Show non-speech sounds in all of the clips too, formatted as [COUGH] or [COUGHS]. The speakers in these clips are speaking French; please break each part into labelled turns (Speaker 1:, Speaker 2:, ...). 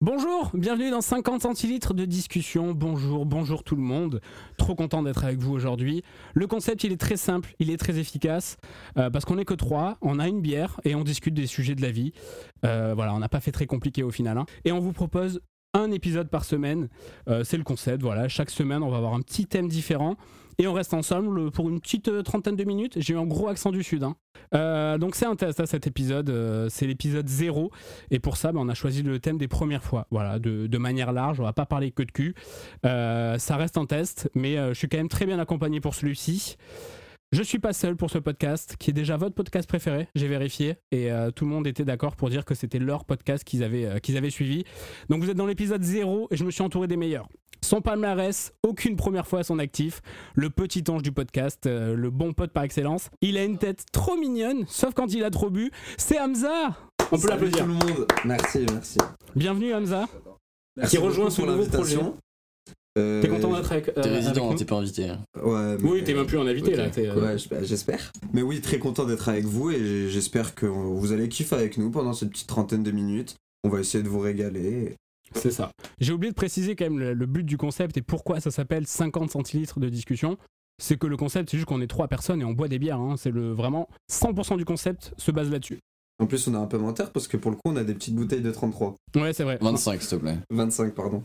Speaker 1: Bonjour, bienvenue dans 50 centilitres de discussion. Bonjour, bonjour tout le monde. Trop content d'être avec vous aujourd'hui. Le concept, il est très simple, il est très efficace euh, parce qu'on n'est que trois, on a une bière et on discute des sujets de la vie. Euh, voilà, on n'a pas fait très compliqué au final. hein. Et on vous propose un épisode par semaine. Euh, C'est le concept. Voilà, chaque semaine, on va avoir un petit thème différent et on reste ensemble pour une petite euh, trentaine de minutes. J'ai eu un gros accent du sud. hein. Euh, donc c'est un test à cet épisode. euh, C'est l'épisode zéro. Et pour ça, ben, on a choisi le thème des premières fois. Voilà, de, de manière large, on va pas parler que de cul. Euh, ça reste un test, mais euh, je suis quand même très bien accompagné pour celui-ci. Je suis pas seul pour ce podcast, qui est déjà votre podcast préféré, j'ai vérifié, et euh, tout le monde était d'accord pour dire que c'était leur podcast qu'ils avaient, euh, qu'ils avaient suivi. Donc vous êtes dans l'épisode 0 et je me suis entouré des meilleurs. Son palmarès, aucune première fois à son actif, le petit ange du podcast, euh, le bon pote par excellence. Il a une tête trop mignonne, sauf quand il a trop bu, c'est Hamza On peut
Speaker 2: Salut
Speaker 1: l'applaudir.
Speaker 2: tout le monde. Merci, merci.
Speaker 1: Bienvenue Hamza
Speaker 2: Merci
Speaker 1: rejoint
Speaker 2: beaucoup
Speaker 1: ce
Speaker 2: pour
Speaker 1: nouveau
Speaker 2: l'invitation. Euh,
Speaker 1: T'es content d'être avec, euh,
Speaker 3: T'es
Speaker 1: avec
Speaker 3: résident,
Speaker 1: nous
Speaker 3: t'es pas invité.
Speaker 2: Ouais, mais-
Speaker 1: Oui, t'es même plus un invité
Speaker 3: Ok.
Speaker 1: là. t'es, euh,
Speaker 2: Ouais, j'espère- j'espère. Mais oui, très content d'être avec vous et j- j'espère que vous allez kiffer avec nous pendant cette petite trentaine de minutes. On va essayer de vous régaler.
Speaker 1: C'est ça. J'ai oublié de préciser quand même le, le but du concept et pourquoi ça s'appelle 50 centilitres de discussion. C'est que le concept, c'est juste qu'on est trois personnes et on boit des bières. hein. C'est le vraiment 100% du concept se base là-dessus.
Speaker 2: En plus, on est un peu menteur parce que pour le coup, on a des petites bouteilles de 33.
Speaker 1: Ouais, c'est vrai.
Speaker 3: 25, s'il te plaît.
Speaker 2: 25, pardon.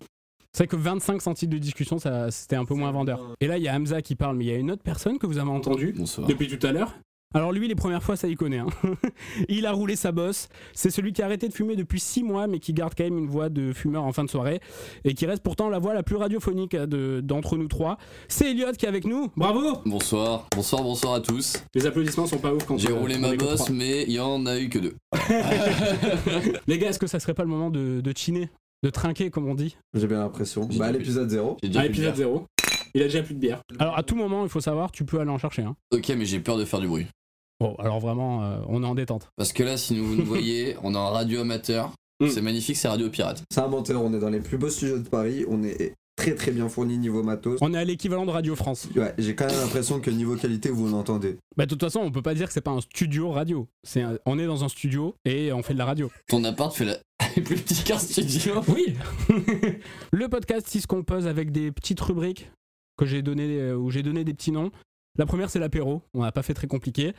Speaker 1: C'est vrai que 25 centilitres de discussion, ça, c'était un peu moins vendeur. Et là, il y a Hamza qui parle, mais il y a une autre personne que vous avez entendue
Speaker 3: Bonsoir.
Speaker 1: depuis tout à l'heure. Alors lui, les premières fois, ça y connaît. hein. [LAUGHS] il a roulé sa bosse. C'est celui qui a arrêté de fumer depuis 6 mois, mais qui garde quand même une voix de fumeur en fin de soirée. Et qui reste pourtant la voix la plus radiophonique euh, de- d'entre nous trois. C'est Elliot qui est avec nous. Bravo
Speaker 3: Bonsoir, bonsoir, bonsoir à tous.
Speaker 1: Les applaudissements sont pas ouf quand
Speaker 3: J'ai
Speaker 1: on-
Speaker 3: roulé
Speaker 1: on
Speaker 3: ma
Speaker 1: est que
Speaker 3: bosse,
Speaker 1: trois.
Speaker 3: mais il y en a eu
Speaker 1: [LAUGHS]
Speaker 3: que deux.
Speaker 1: Les gars, est-ce que ça serait pas le moment de, de chiner De trinquer, comme on dit
Speaker 2: J'ai bien l'impression.
Speaker 3: J'ai
Speaker 2: Bah, à
Speaker 3: plus.
Speaker 2: l'épisode 0.
Speaker 3: J'ai déjà fait le
Speaker 1: 0. Ah, Il a déjà plus de bière. Alors à tout moment, il faut savoir, tu peux aller en chercher. Hein.
Speaker 3: bière. Ok, mais j'ai peur de faire du bruit.
Speaker 1: Bon, alors vraiment, euh, on est en détente.
Speaker 3: Parce que là, si nous- vous nous voyez,
Speaker 1: [LAUGHS]
Speaker 3: on est en radio amateur.
Speaker 1: Mm.
Speaker 3: C'est magnifique, c'est radio pirate.
Speaker 2: C'est un menteur, on est dans les plus beaux studios de Paris. On est très très bien fourni niveau matos.
Speaker 1: On est à l'équivalent de Radio France.
Speaker 2: Ouais, j'ai quand même l'impression que niveau qualité, vous l'entendez.
Speaker 1: Bah de toute façon, on peut pas dire que c'est pas un studio radio. C'est un- on est dans un studio et on fait de la radio.
Speaker 3: Ton appart fait la [LAUGHS] les plus petit qu'un studio.
Speaker 1: Oui. [LAUGHS] le podcast, il se compose avec des petites rubriques que j'ai donné euh, où j'ai donné des petits noms. La première, c'est l'apéro. On n'a pas fait très compliqué.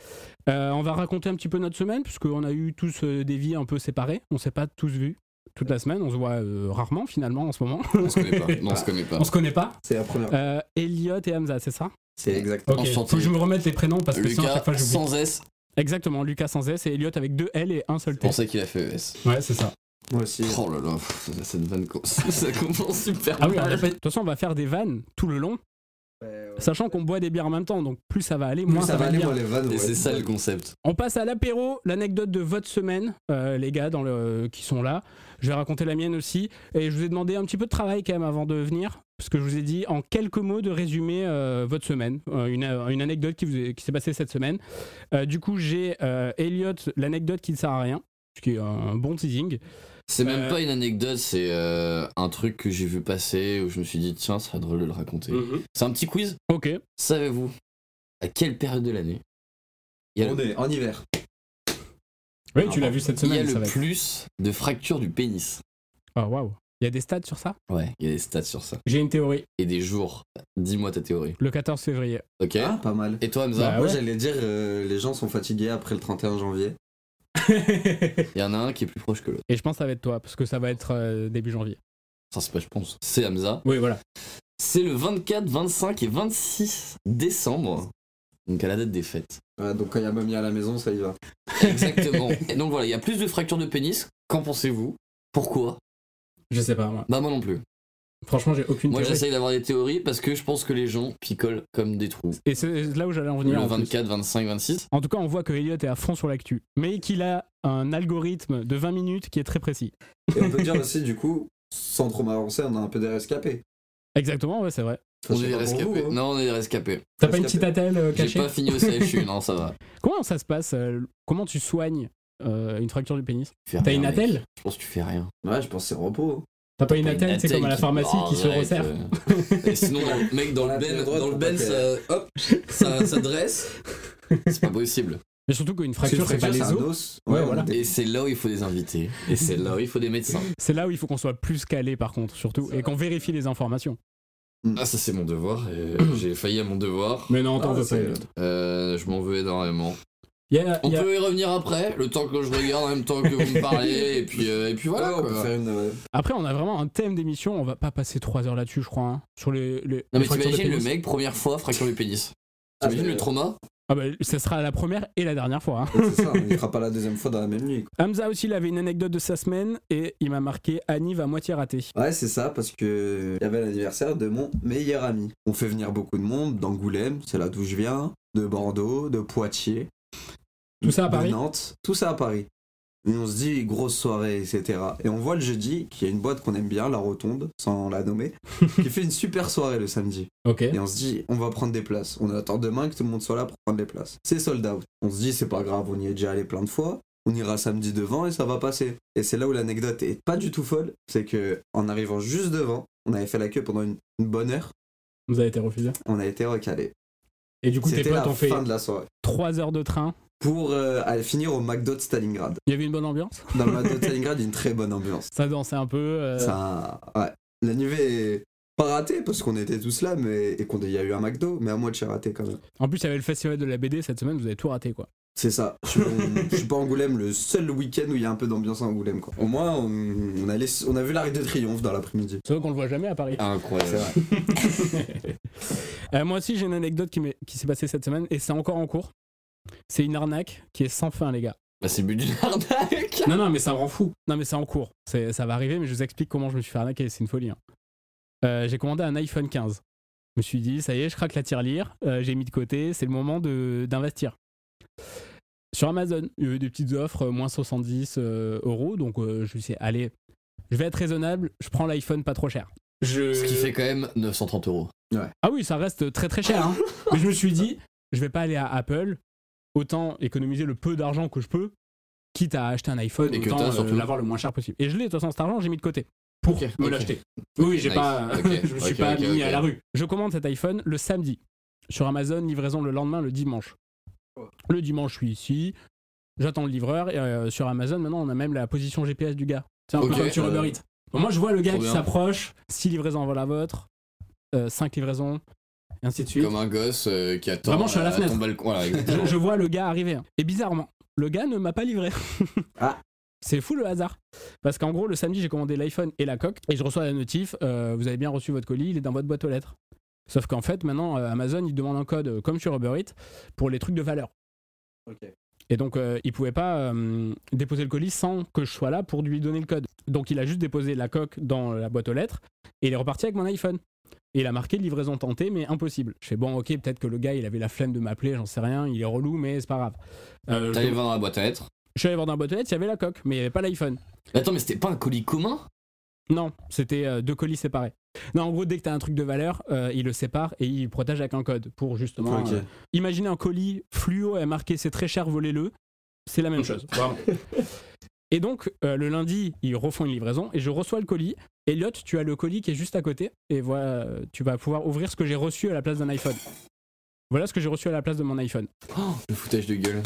Speaker 1: Euh, on va raconter un petit peu notre semaine puisqu'on a eu tous euh, des vies un peu séparées. On s'est pas tous vus toute la semaine. On se voit euh, rarement finalement en ce moment.
Speaker 3: On se connaît pas. Non, on se connaît pas.
Speaker 1: on se connaît pas.
Speaker 2: C'est la première.
Speaker 1: Euh, Elliot et Hamza, c'est ça
Speaker 2: C'est exact.
Speaker 1: Ok.
Speaker 3: Enchanté.
Speaker 1: Faut que je me remette les prénoms parce que sinon à
Speaker 3: Lucas
Speaker 1: chaque fois j'oublie.
Speaker 3: sans S,
Speaker 1: Exactement, Lucas sans S et Elliot avec deux L et un seul
Speaker 3: c'est
Speaker 1: T.
Speaker 3: pour ça qu'il a fait ES.
Speaker 1: Ouais, c'est ça.
Speaker 2: Moi aussi.
Speaker 3: Oh là là, pff, ça- cette vanne com- [LAUGHS] ça commence super
Speaker 1: Ah oui, on
Speaker 3: mal.
Speaker 1: a fait- de toute façon, on va faire des vannes tout le long, sachant qu'on boit des bières en même temps, donc plus ça va aller, moins
Speaker 2: Plus ça va aller,
Speaker 1: bien.
Speaker 2: moi, les vannes.
Speaker 3: Et
Speaker 2: ouais.
Speaker 3: c'est ça le concept.
Speaker 1: On passe à l'apéro, l'anecdote de votre semaine, euh, les gars dans le, qui sont là. Je vais raconter la mienne aussi. Et je vous ai demandé un petit peu de travail quand même avant de venir, parce que je vous ai dit en quelques mots de résumer euh, votre semaine, Euh, une, une anecdote qui, vous est- qui s'est passée cette semaine. Euh, du coup, j'ai euh, Elliot, l'anecdote qui ne sert à rien, ce qui est un bon teasing.
Speaker 3: C'est même
Speaker 1: Euh,
Speaker 3: pas une anecdote, c'est euh, un truc que j'ai vu passer où je me suis dit tiens, ça serait drôle de le raconter. C'est un petit quiz.
Speaker 1: Ok,
Speaker 3: Savez-vous à quelle période de l'année il y a,
Speaker 2: On
Speaker 3: le,
Speaker 2: est en hiver.
Speaker 1: oui,
Speaker 3: Ah
Speaker 1: tu
Speaker 3: bon.
Speaker 1: l'as vu cette
Speaker 3: il y
Speaker 1: semaine.
Speaker 3: a le
Speaker 1: ça va être-
Speaker 3: plus de fractures du pénis
Speaker 1: Ah, waouh. Il y a des stats sur ça
Speaker 3: Ouais, il y a des stats sur ça.
Speaker 1: J'ai une théorie,
Speaker 3: Et des jours. Dis-moi ta théorie.
Speaker 1: le 14 février.
Speaker 3: Ok
Speaker 2: Ah, pas mal.
Speaker 3: Et toi, Hamza
Speaker 1: Bah, Ah
Speaker 2: Moi
Speaker 1: ouais
Speaker 2: j'allais dire euh, les gens sont fatigués après le 31 janvier.
Speaker 1: Et
Speaker 3: Il y en a un qui est plus proche que l'autre.
Speaker 1: je pense que ça va être toi, parce que ça va être euh, début janvier.
Speaker 3: Ça, c'est pas, je pense. C'est Hamza.
Speaker 1: Oui, voilà.
Speaker 3: C'est le 24, 25 et 26 décembre. Donc à la date des fêtes.
Speaker 2: Ouais, donc quand il y a mamie à la maison, ça y va.
Speaker 1: [LAUGHS]
Speaker 3: Exactement. et donc voilà, il y a plus de fractures de pénis. Qu'en pensez-vous Pourquoi
Speaker 1: Je sais pas, moi.
Speaker 3: Bah moi non plus.
Speaker 1: Franchement, j'ai aucune
Speaker 3: Moi
Speaker 1: théorie.
Speaker 3: j'essaye d'avoir des théories parce que je pense que les gens picolent comme des trous.
Speaker 1: Et c'est là où j'allais en venir.
Speaker 3: Le
Speaker 1: en plus.
Speaker 3: 24, 25, 26.
Speaker 1: En tout cas, on voit que Elliot est à fond sur l'actu, mais qu'il a un algorithme de 20 minutes qui est très précis.
Speaker 2: Et on peut
Speaker 1: [LAUGHS]
Speaker 2: dire aussi du coup, sans trop m'avancer, on a un peu des rescapés.
Speaker 1: Exactement, ouais, c'est vrai.
Speaker 2: Enfin,
Speaker 3: On
Speaker 2: je sais
Speaker 3: est des
Speaker 2: pas pour
Speaker 3: rescapés.
Speaker 2: vous, hein.
Speaker 3: Non, on est des rescapés.
Speaker 1: T'as pas une petite attelle euh,
Speaker 3: J'ai
Speaker 1: cachée
Speaker 3: pas fini au
Speaker 1: [LAUGHS]
Speaker 3: CHU, non, ça va.
Speaker 1: Comment ça se passe euh, Comment tu soignes euh, une fracture du pénis
Speaker 3: Tu fais
Speaker 1: T'as
Speaker 3: rien,
Speaker 1: une
Speaker 3: mec.
Speaker 1: attelle
Speaker 3: Je pense que tu fais rien.
Speaker 2: Ouais, je pense que c'est repos. hein.
Speaker 1: T'as pas une
Speaker 3: Ah, T'as
Speaker 1: attelle, c'est comme à la
Speaker 3: qui-
Speaker 1: pharmacie
Speaker 3: Oh,
Speaker 1: qui se
Speaker 3: arrête,
Speaker 1: resserre.
Speaker 3: euh. Et sinon, dans [LAUGHS] le- mec, dans
Speaker 2: On
Speaker 3: le
Speaker 2: a
Speaker 3: ben,
Speaker 2: le droit de
Speaker 3: dans le ben,
Speaker 2: pas
Speaker 3: ça, hop, ça, ça dresse. C'est pas possible.
Speaker 1: Mais surtout qu'une fracture, c'est pas les
Speaker 2: un
Speaker 1: os.
Speaker 2: os.
Speaker 1: Ouais,
Speaker 2: on
Speaker 1: voilà.
Speaker 2: est-
Speaker 3: Et c'est là où il faut des invités. Et c'est là où il faut des médecins.
Speaker 1: C'est là où il faut qu'on soit plus calé, par contre, surtout, et qu'on vérifie les informations.
Speaker 3: Ah, ça, c'est mon devoir. et J'ai failli à mon devoir.
Speaker 1: Mais non,
Speaker 2: Ah,
Speaker 1: t'en veux pas.
Speaker 2: c'est-
Speaker 3: Euh, je m'en veux énormément.
Speaker 1: Il y a-
Speaker 3: On
Speaker 1: il y a-
Speaker 3: peut y revenir après, le temps que je regarde en même temps que vous me parlez, et puis, euh, et puis voilà.
Speaker 2: Ouais, on peut
Speaker 3: quoi.
Speaker 2: faire une. ouais.
Speaker 1: Après, on a vraiment un thème d'émission, on va pas passer 3 heures là-dessus, je crois. hein, sur les, les-
Speaker 3: Non,
Speaker 1: les
Speaker 3: mais
Speaker 1: fractures de
Speaker 3: t'imagines le
Speaker 1: pénis.
Speaker 3: mec, première fois, fracture du pénis. T'imagines
Speaker 2: mais-
Speaker 3: le trauma
Speaker 1: Ah bah, ça sera la première et la dernière fois. hein.
Speaker 2: Ouais, C'est ça, on ne fera pas la deuxième fois dans la même nuit. quoi.
Speaker 1: Hamza aussi, il avait une anecdote de sa semaine, et il m'a marqué Annie va moitié ratée.
Speaker 2: Ouais, c'est ça, parce que il y avait l'anniversaire de mon meilleur ami. On fait venir beaucoup de monde d'Angoulême, c'est là d'où je viens, de Bordeaux, de Poitiers.
Speaker 1: Tout ça à
Speaker 2: de
Speaker 1: Paris
Speaker 2: Nantes, tout ça à Paris. Et on se dit grosse soirée, etc. Et on voit le jeudi qu'il y a une boîte qu'on aime bien, la Rotonde, sans la
Speaker 1: [LAUGHS]
Speaker 2: nommer, qui fait une super soirée le samedi.
Speaker 1: Ok.
Speaker 2: Et on se dit, on va prendre des places. On attend demain que tout le monde soit là pour prendre des places. C'est sold out. On se dit, c'est pas grave, on y est déjà allé plein de fois. On ira samedi devant et ça va passer. Et c'est là où l'anecdote est pas du tout folle. C'est que en arrivant juste devant, on avait fait la queue pendant une, une bonne heure.
Speaker 1: Vous avez été refusé.
Speaker 2: On a été recalé.
Speaker 1: Et du coup, tes
Speaker 2: C'était
Speaker 1: potes
Speaker 2: la
Speaker 1: ont fait
Speaker 2: fin de la soirée.
Speaker 1: 3 heures de train.
Speaker 2: Pour euh, aller finir au McDo de Stalingrad.
Speaker 1: Il y avait une bonne ambiance
Speaker 2: Dans le McDo de Stalingrad, une très bonne ambiance.
Speaker 1: Ça dansait un peu. euh,
Speaker 2: Ça, ouais. La nuit est pas ratée parce qu'on était tous là mais, et qu'on il y a eu un McDo, mais à moitié raté quand même.
Speaker 1: En plus, il y avait le festival de la BD cette semaine, vous avez tout raté quoi.
Speaker 2: C'est ça. Je suis, je suis pas à Angoulême le seul week-end où il y a un peu d'ambiance à Angoulême. Quoi. Au moins, on, on, allait- on a vu l'arrêt de triomphe dans l'après-midi.
Speaker 1: C'est vrai qu'on le voit jamais à Paris.
Speaker 2: C'est
Speaker 3: Incroyable.
Speaker 2: vrai.
Speaker 1: Euh, moi aussi, j'ai une anecdote qui, m'est- qui s'est passée cette semaine et c'est encore en cours. C'est une arnaque qui est sans fin, les gars.
Speaker 3: Bah, c'est le but d'une [LAUGHS] arnaque.
Speaker 1: Non, non, mais ça me rend fou. Non, mais c'est en cours. C'est- ça va arriver, mais je vous explique comment je me suis fait arnaquer. C'est une folie. hein. Euh, j'ai commandé un iPhone 15. Je me suis dit, ça y est, je craque la tirelire. euh, j'ai mis de côté. C'est le moment de- d'investir. Sur Amazon, il y avait des petites offres, euh, moins 70 euh, euros. Donc, euh, je me suis dit, allez, je vais être raisonnable. Je prends l'iPhone pas trop cher. Je...
Speaker 3: Ce qui fait quand même 930 euros.
Speaker 1: Ah oui, ça reste très très
Speaker 3: [LAUGHS]
Speaker 1: cher. hein. Mais je me suis dit, je vais pas aller à Apple, autant économiser le peu d'argent que je peux, quitte à acheter un iPhone
Speaker 3: Et
Speaker 1: et
Speaker 3: que
Speaker 1: autant
Speaker 3: t'as
Speaker 1: euh,
Speaker 3: surtout.
Speaker 1: l'avoir le moins cher possible. Et je l'ai, de toute façon, cet argent, j'ai mis de côté pour
Speaker 3: Ok,
Speaker 1: me
Speaker 3: ok.
Speaker 1: l'acheter. Oui, j'ai
Speaker 3: Nice.
Speaker 1: pas,
Speaker 3: Ok,
Speaker 1: [LAUGHS] je me suis
Speaker 3: ok,
Speaker 1: pas
Speaker 3: ok,
Speaker 1: mis
Speaker 3: ok.
Speaker 1: à la rue. Je commande cet iPhone le samedi sur Amazon, livraison le lendemain, le dimanche. Le dimanche, je suis ici, j'attends le livreur. Et euh, sur Amazon, maintenant, on a même la position GPS du gars. C'est un
Speaker 3: Ok,
Speaker 1: peu comme sur
Speaker 3: euh,
Speaker 1: Uber Eats. Bon, moi, je vois le gars
Speaker 3: trop
Speaker 1: qui
Speaker 3: bien.
Speaker 1: s'approche, 6 livraisons avant la vôtre, 5 livraisons, et ainsi de suite.
Speaker 3: Comme un gosse euh, qui attend
Speaker 1: Vraiment, je suis à la fenêtre.
Speaker 3: ton balcon. Voilà,
Speaker 1: Je,
Speaker 3: exactement.
Speaker 1: je vois le gars arriver. hein. Et bizarrement, le gars ne m'a pas livré.
Speaker 2: Ah.
Speaker 1: C'est fou le hasard. Parce qu'en gros, le samedi, j'ai commandé l'iPhone et la coque. Et je reçois la notif euh, Vous avez bien reçu votre colis, il est dans votre boîte aux lettres. Sauf qu'en fait, maintenant, euh, Amazon, il demande un code, euh, comme sur Uber Eats, pour les trucs de valeur. Et donc, euh, il pouvait pas euh, déposer le colis sans que je sois là pour lui donner le code. Donc, il a juste déposé la coque dans la boîte aux lettres et il est reparti avec mon iPhone. Et il a marqué livraison tentée, mais impossible. Je fais bon, ok, peut-être que le gars, il avait la flemme de m'appeler, j'en sais rien, il est relou, mais c'est pas grave. Euh,
Speaker 3: T'allais voir dans la boîte à lettres.
Speaker 1: je suis allé voir dans la boîte aux lettres, il y avait la coque, mais il n'y avait pas l'iPhone.
Speaker 3: Attends, mais c'était pas un colis commun
Speaker 1: Non, c'était euh, deux colis séparés. Non, en gros, dès que t'as un truc de valeur, euh, il le sépare et il protège avec un code pour justement.
Speaker 2: Ok.
Speaker 1: euh, imaginez un colis fluo et marqué c'est très cher, volez-le. C'est la même chose. vraiment. et donc, euh, le lundi, ils refont une livraison et je reçois le colis. Elliot, tu as le colis qui est juste à côté et voilà, euh, tu vas pouvoir ouvrir ce que j'ai reçu à la place d'un iPhone. Voilà ce que j'ai reçu à la place de mon iPhone.
Speaker 3: Oh, le foutage de gueule.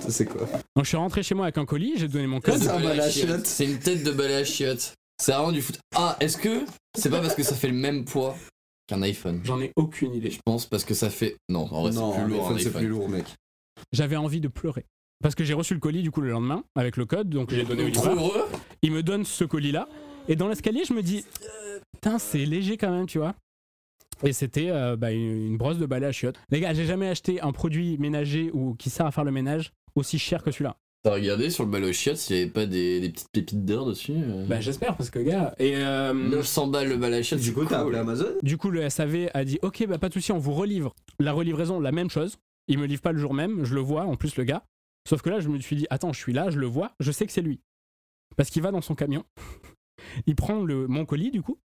Speaker 2: Ça, c'est quoi
Speaker 1: Donc, je suis rentré chez moi avec un colis, j'ai donné mon
Speaker 2: Ça,
Speaker 1: code.
Speaker 2: c'est un
Speaker 3: Balai à
Speaker 2: balai à
Speaker 3: chiottes.
Speaker 2: chiottes.
Speaker 3: C'est une tête de balai à chiottes. C'est vraiment du foot. Ah, est-ce que c'est pas parce que ça fait le même poids qu'un iPhone
Speaker 1: J'en ai aucune idée.
Speaker 3: Je pense parce que ça fait. Non, en vrai,
Speaker 2: Non,
Speaker 3: c'est plus lourd un
Speaker 2: l'iPhone, c'est plus
Speaker 3: iPhone.
Speaker 2: lourd, mec.
Speaker 1: J'avais envie de pleurer. Parce que j'ai reçu le colis du coup le lendemain avec le code, donc j'ai donné au
Speaker 3: Trop
Speaker 1: livreur.
Speaker 3: heureux
Speaker 1: il me donne ce colis là et dans l'escalier je me dis putain c'est léger quand même tu vois et c'était euh, bah, une, une brosse de balai à chiottes les gars j'ai jamais acheté un produit ménager ou qui sert à faire le ménage aussi cher que celui-là
Speaker 3: T'as regardé sur le balai à chiottes s'il y avait pas des, des petites pépites d'or dessus euh
Speaker 1: bah j'espère parce que gars et euh,
Speaker 3: 900 balles le balai à chiottes.
Speaker 2: Du coup, t'as appelé Amazon
Speaker 1: du coup le SAV a dit ok bah pas de souci on vous relivre la relivraison la même chose il me livre pas le jour même je le vois en plus le gars sauf que là je me suis dit attends je suis là je le vois je sais que c'est lui parce qu'il va dans son camion [LAUGHS] il prend le, mon colis du coup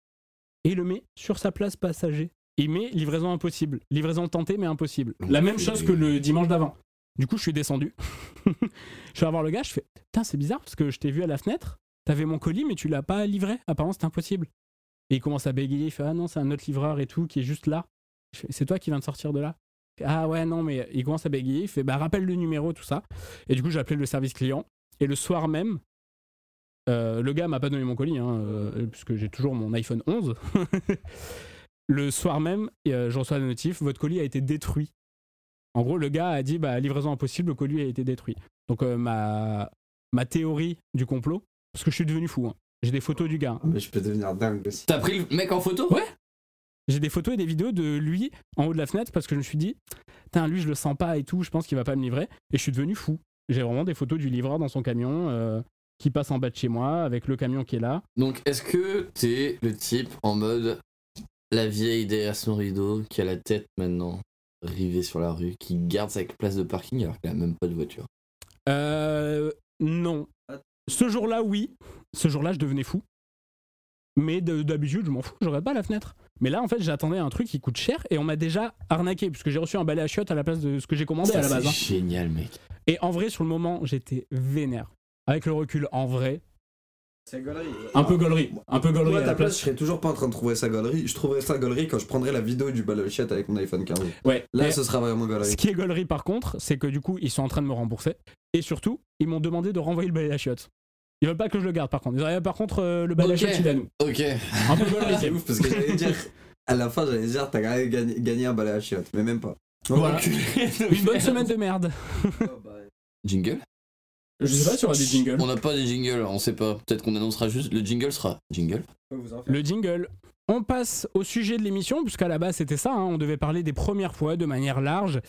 Speaker 1: et il le met sur sa place passager. Il met livraison impossible, livraison tentée mais impossible. La même chose que le dimanche d'avant. Du coup, je suis descendu. [LAUGHS] je vais voir le gars, je fais Putain, c'est bizarre parce que je t'ai vu à la fenêtre, t'avais mon colis mais tu l'as pas livré. Apparemment, c'est impossible. Et il commence à bégayer, il fait Ah non, c'est un autre livreur et tout qui est juste là. Je fais, C'est toi qui viens de sortir de là. Ah ouais, non, mais il commence à bégayer. Il fait Bah, rappelle le numéro, tout ça. Et du coup, j'ai appelé le service client. Et le soir même, euh, le gars m'a pas donné mon colis, hein, euh, puisque j'ai toujours mon iPhone 11. [LAUGHS] le soir même, euh, je reçois le notif Votre colis a été détruit. En gros, le gars a dit Bah, livraison impossible, le colis a été détruit. Donc, euh, ma, ma théorie du complot, parce que je suis devenu fou. hein. J'ai des photos du gars. hein.
Speaker 2: Ah, mais je peux devenir dingue aussi.
Speaker 3: T'as pris le mec en photo
Speaker 1: Ouais. J'ai des photos et des vidéos de lui en haut de la fenêtre parce que je me suis dit, putain, lui, je le sens pas et tout, je pense qu'il va pas me livrer. Et je suis devenu fou. J'ai vraiment des photos du livreur dans son camion euh, qui passe en bas de chez moi avec le camion qui est là.
Speaker 3: Donc, est-ce que t'es le type en mode la vieille derrière son rideau qui a la tête maintenant rivée sur la rue, qui garde sa place de parking alors qu'elle a même pas de voiture
Speaker 1: Euh, non. Ce jour-là, oui. Ce jour-là, je devenais fou. Mais de- d'habitude, je m'en fous, je regarde pas à la fenêtre. Mais là, en fait, j'attendais un truc qui coûte cher et on m'a déjà arnaqué puisque j'ai reçu un balai à chiottes à la place de ce que j'ai commandé
Speaker 3: Ça,
Speaker 1: à la base.
Speaker 3: C'est
Speaker 1: hein.
Speaker 3: génial, mec.
Speaker 1: Et en vrai, sur le moment, j'étais vénère. Avec le recul, en vrai,
Speaker 2: C'est galerie.
Speaker 1: un peu gaulerie. Un peu gaulerie
Speaker 2: Moi, à
Speaker 1: à
Speaker 2: ta
Speaker 1: la
Speaker 2: place,
Speaker 1: place.
Speaker 2: je serais toujours Ah. pas en train de trouver sa galerie. Je trouverais sa galerie quand je prendrais la vidéo du balochette avec mon iPhone 15.
Speaker 1: Ouais.
Speaker 2: Là,
Speaker 1: Et
Speaker 2: ce sera vraiment
Speaker 1: ce
Speaker 2: galerie.
Speaker 1: qui est gaulerie par contre, c'est que du coup, ils sont en train de me rembourser. Et surtout, ils m'ont demandé de renvoyer le balai à chiottes. Ils veulent pas que je le garde par contre. Ils ont dit, Ah, par contre, euh, le balai
Speaker 3: Ok.
Speaker 1: à chiottes, il est à nous.
Speaker 3: Ok.
Speaker 1: Un peu gaulerie.
Speaker 2: C'est ouf parce que j'allais dire, [LAUGHS] à la fin, j'allais dire, t'as gagné, gagné- gagné un balai à chiottes, mais même pas.
Speaker 1: Voilà.
Speaker 3: Enculé de
Speaker 1: Une bonne
Speaker 3: merde.
Speaker 1: semaine de merde.
Speaker 3: Jingle
Speaker 1: Je sais pas si on a des jingles.
Speaker 3: On n'a pas des jingles, on sait pas. Peut-être qu'on annoncera juste le jingle sera jingle.
Speaker 2: [LAUGHS]
Speaker 1: Le jingle. On passe au sujet de l'émission, puisqu'à la base c'était ça, hein, on devait parler des premières fois de manière large.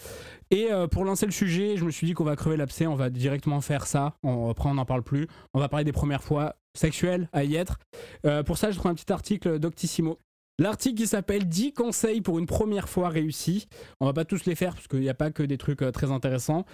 Speaker 1: Et euh, pour lancer le sujet, je me suis dit qu'on va crever l'abcès, on va directement faire ça, on, après on n'en parle plus. On va parler des premières fois sexuelles à y être. Euh, pour ça, je trouve un petit article d'Octissimo. L'article qui s'appelle 10 conseils pour une première fois réussie. On va pas tous les faire, parce qu'il n'y a pas que des trucs euh, très intéressants.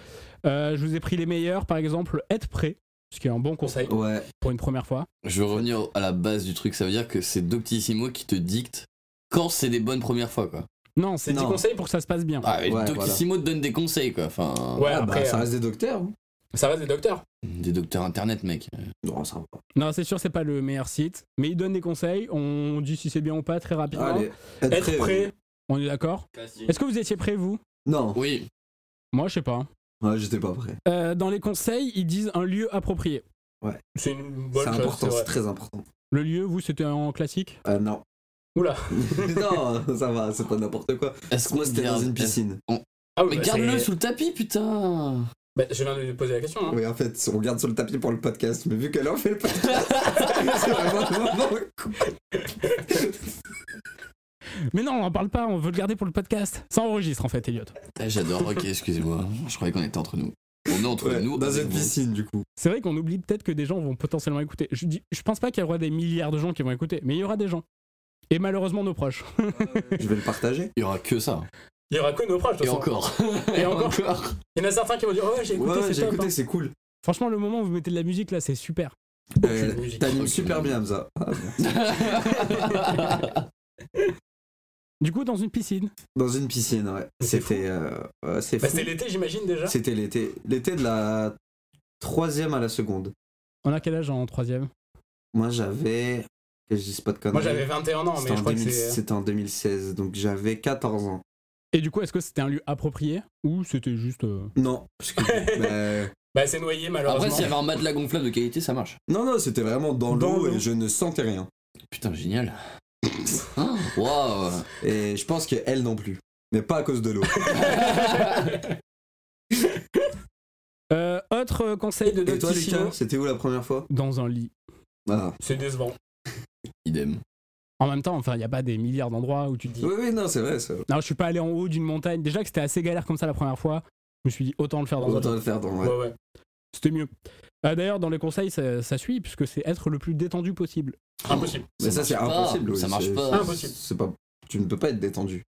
Speaker 1: Euh, je vous ai pris les meilleurs, par exemple, être prêt, ce qui est un bon conseil
Speaker 2: Ouais.
Speaker 1: pour une première fois.
Speaker 3: Je veux revenir à la base du truc, ça veut dire que c'est Doctissimo qui te dicte quand c'est des bonnes premières fois quoi.
Speaker 1: Non, c'est 10
Speaker 2: Non.
Speaker 1: conseils pour que ça se passe bien.
Speaker 3: Ah, et
Speaker 2: Ouais,
Speaker 3: Doctissimo te donne des conseils quoi. Enfin,
Speaker 1: Ouais,
Speaker 2: Ah, bah,
Speaker 1: après,
Speaker 2: ça
Speaker 1: euh,
Speaker 2: reste des docteurs. hein.
Speaker 1: ça reste des docteurs.
Speaker 3: des docteurs internet mec.
Speaker 2: Non, ça va.
Speaker 1: Non, c'est sûr, c'est pas le meilleur site, mais il donne des conseils. On dit si c'est bien ou pas très rapidement.
Speaker 2: Allez, être,
Speaker 1: Être prêt. On est d'accord. Est-ce que vous étiez prêt, vous
Speaker 2: Non,
Speaker 3: Oui,
Speaker 1: Moi, je sais pas.
Speaker 2: Ouais, j'étais pas prêt.
Speaker 1: Euh, dans les conseils, ils disent un lieu approprié.
Speaker 2: Ouais.
Speaker 1: C'est une
Speaker 2: C'est important, c'est très important.
Speaker 1: Le lieu, vous, c'était en classique
Speaker 2: Euh, non.
Speaker 1: Oula. [LAUGHS]
Speaker 2: [LAUGHS] non, ça va, c'est pas n'importe quoi.
Speaker 3: est-ce qu'on
Speaker 2: Moi, c'était dans
Speaker 3: garde-
Speaker 2: une piscine.
Speaker 1: Ah
Speaker 3: Mais garde-le sous le tapis putain
Speaker 1: bah, je viens de poser la question. hein.
Speaker 2: Oui, en fait, on garde sur le tapis pour le podcast, mais vu qu'elle en fait le podcast,
Speaker 1: [LAUGHS]
Speaker 2: c'est vraiment le moment.
Speaker 1: Mais non, on en parle pas, on veut le garder pour le podcast. Ça enregistre, en fait, Elliot.
Speaker 3: Ah, J'adore, ok, excusez-moi. Je croyais qu'on était entre nous. On est entre
Speaker 2: Ouais,
Speaker 3: nous.
Speaker 2: dans
Speaker 3: avec
Speaker 2: une
Speaker 3: vous.
Speaker 2: piscine, du
Speaker 1: [LAUGHS]
Speaker 2: coup.
Speaker 1: C'est vrai qu'on oublie peut-être que des gens vont potentiellement écouter. Je, dis, je pense pas qu'il y aura des milliards de gens qui vont écouter, mais il y aura des gens. Et malheureusement, nos proches.
Speaker 2: Je vais le partager.
Speaker 3: Il y aura que ça.
Speaker 1: Il y aura que nos proches,
Speaker 3: Et encore.
Speaker 1: Et
Speaker 3: [LAUGHS]
Speaker 1: encore. Il y en a certains qui vont dire Ouais, j'ai écouté,
Speaker 2: ouais, ouais,
Speaker 1: c'est
Speaker 2: j'ai
Speaker 1: top.
Speaker 2: écouté,
Speaker 1: hein.
Speaker 2: c'est cool.
Speaker 1: Franchement, le moment où vous mettez de la musique là, c'est super.
Speaker 2: Euh,
Speaker 1: musique.
Speaker 2: T'animes
Speaker 3: Ok.
Speaker 2: super bien, Hamza. Ah,
Speaker 1: Du coup, dans une piscine.
Speaker 2: Dans une piscine, ouais.
Speaker 1: Mais c'est
Speaker 2: C'était. euh, ouais, c'est fou.
Speaker 1: Bah, l'été, j'imagine déjà.
Speaker 2: C'était l'été. L'été de la troisième à la seconde.
Speaker 1: On a quel âge en troisième
Speaker 2: Moi, j'avais. Que je dise pas de conneries.
Speaker 1: 21 ans,
Speaker 2: Euh, C'était en 2000
Speaker 1: euh,
Speaker 2: C'était en 2016, donc j'avais 14 ans.
Speaker 1: Et du coup, est-ce que c'était un lieu approprié ou c'était juste. euh,
Speaker 2: Non, parce que- bah,
Speaker 1: [LAUGHS] Bah, c'est noyé
Speaker 3: Après, s'il y avait un matelas gonflable de qualité, ça marche.
Speaker 2: non, non, c'était vraiment dans
Speaker 1: Dans
Speaker 2: l'eau
Speaker 1: l'eau.
Speaker 2: et je ne sentais rien.
Speaker 3: Putain, génial. Ah, Waouh.
Speaker 2: Et je pense que elle non plus. Mais pas à cause de l'eau.
Speaker 1: [LAUGHS] Euh, autre euh, conseil de
Speaker 2: Et toi,
Speaker 1: Doctissimo
Speaker 2: Lucas, c'était où la première fois
Speaker 1: Dans un lit.
Speaker 2: ah.
Speaker 1: C'est décevant.
Speaker 3: Idem.
Speaker 1: En même temps, enfin, il n'y a pas des milliards d'endroits où tu te dis.
Speaker 2: Oui, oui, non, c'est vrai, ça.
Speaker 1: Non, je suis pas allé en haut d'une montagne. Déjà que c'était assez galère comme ça la première fois. Je me suis dit autant le faire dans un
Speaker 2: Autant le faire dans. ouais.
Speaker 1: Ouais, ouais. C'était mieux. Ah, D'ailleurs, dans les conseils, ça, ça suit, puisque c'est être le plus détendu possible.
Speaker 3: Impossible.
Speaker 2: Mais ça, c'est
Speaker 3: marche pas.
Speaker 2: impossible. oui,
Speaker 3: Ça marche
Speaker 2: c'est-
Speaker 3: pas.
Speaker 2: c'est-
Speaker 1: Impossible.
Speaker 2: C'est pas. Tu ne peux pas être détendu.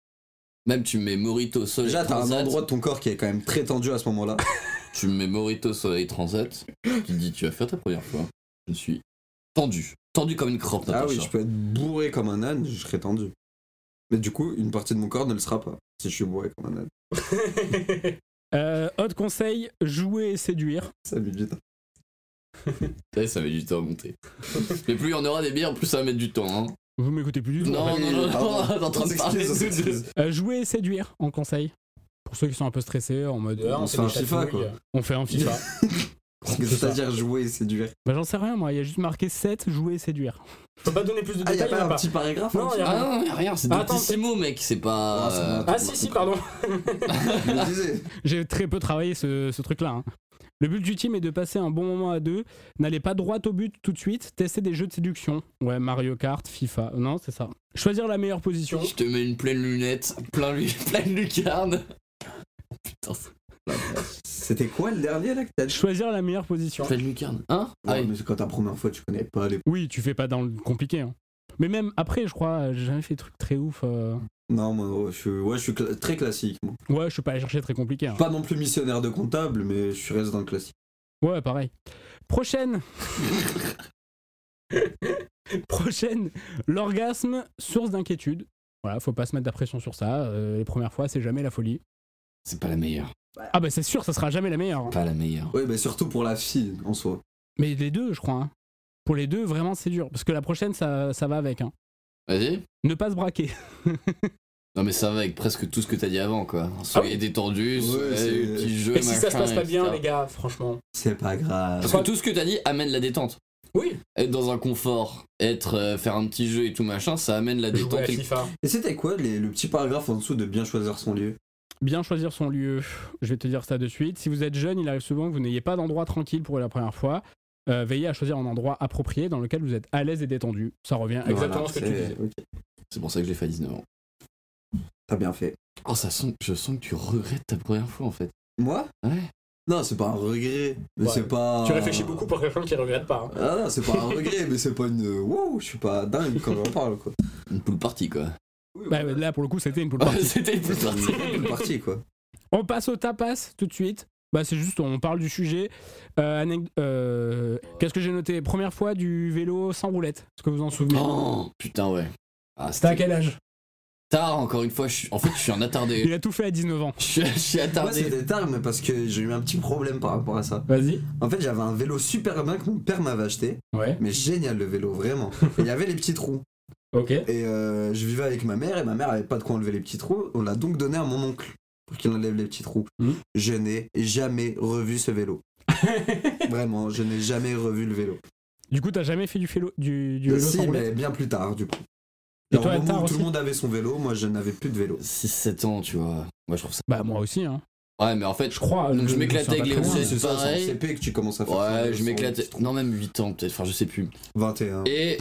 Speaker 3: Même tu mets Morito Soleil
Speaker 2: Déjà, t'as un
Speaker 3: Transat.
Speaker 2: endroit de ton corps qui est quand même très tendu à ce moment-là.
Speaker 3: Tu mets Morito Soleil Transat. Tu te dis, tu vas faire ta première fois. Je suis tendu. Tendu comme une crampe.
Speaker 2: ah
Speaker 3: Natacha.
Speaker 2: oui, je peux être bourré comme un âne, je serais tendu. Mais du coup, une partie de mon corps ne le sera pas si je suis bourré comme un âne.
Speaker 1: Euh, autre conseil, jouer et séduire.
Speaker 2: Ça me vite.
Speaker 3: Ouais, Eh, Ça met du temps à monter. Mais plus il y en aura des bières, plus ça va mettre du temps. Hein.
Speaker 1: Vous m'écoutez plus du tout. en
Speaker 3: Non,
Speaker 1: fait.
Speaker 3: non, non, non,
Speaker 2: pardon.
Speaker 3: on est en train de
Speaker 2: On
Speaker 3: parler
Speaker 2: s'excuse, on
Speaker 3: de- de-
Speaker 2: s'excuse.
Speaker 1: Euh, jouer et séduire en conseil. pour ceux qui sont un peu stressés, en mode ah, on,
Speaker 2: On
Speaker 1: fait
Speaker 2: fait
Speaker 1: des
Speaker 2: un FIFA,
Speaker 1: chatouilles,
Speaker 2: quoi.
Speaker 1: euh, on fait un
Speaker 4: [LAUGHS]
Speaker 1: FIFA.
Speaker 2: Parce que
Speaker 1: C'est ça.
Speaker 2: C'est-à-dire jouer et séduire.
Speaker 1: bah, j'en sais rien, moi, il y a juste marqué 7, jouer, séduire.
Speaker 4: Je peux pas donner plus de
Speaker 2: Ah, y a
Speaker 4: détails
Speaker 2: pas
Speaker 4: ou
Speaker 2: un
Speaker 4: pas
Speaker 2: petit paragraphe
Speaker 4: Non,
Speaker 2: en dessous
Speaker 4: y a-
Speaker 3: Ah non, y a rien, c'est des
Speaker 4: Attends,
Speaker 3: petits mots, mec, c'est pas.
Speaker 2: Ah, c'est
Speaker 3: euh,
Speaker 2: bon.
Speaker 4: Ah si si pardon.
Speaker 2: Je me disais.
Speaker 1: J'ai très peu travaillé ce, ce truc-là. hein. Le but du team est de passer un bon moment à deux, n'allez pas droit au but tout de suite, tester des jeux de séduction. Ouais, Mario Kart, FIFA, non, c'est ça. Choisir la meilleure position.
Speaker 3: Je te mets une pleine lunette, plein lu- [LAUGHS] pleine lucarne. Putain, c'est-
Speaker 2: C'était quoi le dernier là que t'as dit
Speaker 1: Choisir la meilleure position.
Speaker 3: pleine lucarne. Hein Ah
Speaker 2: Ouais,
Speaker 3: oui.
Speaker 2: mais c'est quand ta première fois, tu connais pas les.
Speaker 1: Oui, tu fais pas dans le compliqué. hein. Mais même après, je crois, euh, j'ai jamais fait de trucs très ouf. euh.
Speaker 2: Non, moi, je suis, ouais, je suis cla- très classique. moi.
Speaker 1: Ouais, je suis pas allé chercher très compliqué. hein.
Speaker 2: Pas non plus missionnaire de comptable, mais je suis reste dans le classique.
Speaker 1: Ouais, pareil. Prochaine. [LAUGHS] Prochaine. L'orgasme, source d'inquiétude. Voilà, faut pas se mettre de la pression sur ça. euh, les premières fois, c'est jamais la folie.
Speaker 3: C'est pas la meilleure.
Speaker 1: Ah bah c'est sûr, ça sera jamais la meilleure. hein.
Speaker 3: Pas la meilleure.
Speaker 2: Oui, mais surtout pour la fille en soi.
Speaker 1: Mais les deux, je crois. hein. Pour les deux, vraiment, c'est dur. Parce que la prochaine, ça, ça va avec. hein.
Speaker 3: Vas-y.
Speaker 1: Ne pas se braquer.
Speaker 3: Non mais ça va avec presque tout ce que t'as dit avant quoi. Soyez détendu,
Speaker 2: Ouais,
Speaker 3: soyez
Speaker 2: c'est-
Speaker 3: petit jeu,
Speaker 4: Et si ça se
Speaker 3: machin,
Speaker 4: passe pas bien
Speaker 3: etc.
Speaker 4: les gars, franchement.
Speaker 2: C'est pas grave.
Speaker 3: Parce que tout ce que t'as dit amène la détente.
Speaker 4: Oui.
Speaker 3: Être dans un confort, être euh, faire un petit jeu et tout machin, ça amène
Speaker 2: Bah,
Speaker 3: la
Speaker 4: Jouer à
Speaker 3: détente. et-
Speaker 4: FIFA.
Speaker 2: Et c'était quoi les- le petit paragraphe en dessous de bien choisir son lieu
Speaker 1: Bien choisir son lieu, je vais te dire ça de suite. Si vous êtes jeune, il arrive souvent que vous n'ayez pas d'endroit tranquille pour la première fois. Euh, veillez à choisir un endroit approprié dans lequel vous êtes à l'aise et détendu. Ça revient à
Speaker 4: Ah, Exactement ce que tu
Speaker 2: c'est-
Speaker 4: disais.
Speaker 2: ok.
Speaker 3: C'est pour ça que j'ai fait à 19 ans.
Speaker 2: T'as bien fait.
Speaker 3: Oh ça sent, je sens que tu regrettes ta première fois en fait.
Speaker 2: Moi
Speaker 3: Ouais.
Speaker 2: Non, c'est pas un regret. Mais
Speaker 4: Ouais.
Speaker 2: c'est pas.
Speaker 4: Tu réfléchis beaucoup pour quelqu'un qui regrette pas. hein.
Speaker 2: Ah non, c'est pas un regret, mais c'est pas une. euh, Wow, je suis pas dingue quand j'en parle quoi.
Speaker 3: Une poule partie quoi.
Speaker 2: Oui,
Speaker 1: Bah, là, pour le coup, c'était une poule party.
Speaker 3: [LAUGHS] C'était
Speaker 2: [LAUGHS]
Speaker 3: une poule
Speaker 2: c'est
Speaker 3: partie.
Speaker 2: une partie quoi.
Speaker 1: On passe au tapas tout de suite. Bah, c'est juste, on parle du sujet. Euh, anec- euh, Qu'est-ce que j'ai noté Première fois du vélo sans roulette. Est-ce que vous en souvenez
Speaker 3: Oh putain ouais. Ah
Speaker 1: C'était à
Speaker 3: c'était
Speaker 1: quel âge
Speaker 3: tard encore une fois. je suis- En fait je suis un attardé.
Speaker 1: [LAUGHS] Il a tout fait à 19 ans.
Speaker 3: Je suis, je suis
Speaker 2: Moi
Speaker 3: attardé.
Speaker 2: c'était tard, mais parce que j'ai eu un petit problème par rapport à ça.
Speaker 1: Vas-y.
Speaker 2: En fait, j'avais un vélo super bien que mon père m'avait acheté,
Speaker 1: Ouais,
Speaker 2: mais génial le vélo, vraiment. Et Il y avait les petits trous.
Speaker 1: ok.
Speaker 2: Et euh, je vivais avec ma mère et ma mère avait pas de quoi enlever les petits trous. On l'a donc donné à mon oncle pour qu'il enlève les petits trous.
Speaker 1: Mhm.
Speaker 2: Je n'ai jamais revu ce vélo. Vraiment, je n'ai jamais revu le vélo.
Speaker 1: Du coup, t'as jamais fait du, vélo du, du vélo
Speaker 2: si,
Speaker 1: sans
Speaker 2: mais
Speaker 1: roulette
Speaker 2: bien plus tard, du coup.
Speaker 1: Et
Speaker 2: Genre,
Speaker 1: toi,
Speaker 2: au moment
Speaker 1: tard
Speaker 2: où tout
Speaker 1: aussi
Speaker 2: le monde avait son vélo, moi je n'avais plus de vélo.
Speaker 3: 6-7 ans tu vois. Moi je trouve ça.
Speaker 1: Bah, moi aussi, hein.
Speaker 3: Ouais mais en fait
Speaker 1: Je crois.
Speaker 3: Donc je m'éclatais
Speaker 1: sens
Speaker 3: avec
Speaker 1: pas
Speaker 3: les
Speaker 1: très
Speaker 3: rousses.
Speaker 1: bien.
Speaker 2: Ouais, c'est ça, c'est en
Speaker 3: pareil.
Speaker 2: CP que tu commences à faire. ton
Speaker 3: Ouais,
Speaker 2: vélo
Speaker 3: je
Speaker 2: sans
Speaker 3: m'éclatais.
Speaker 2: petit trou.
Speaker 3: Non, même 8 ans peut-être, enfin je sais plus.
Speaker 2: 21. [LAUGHS]
Speaker 3: Et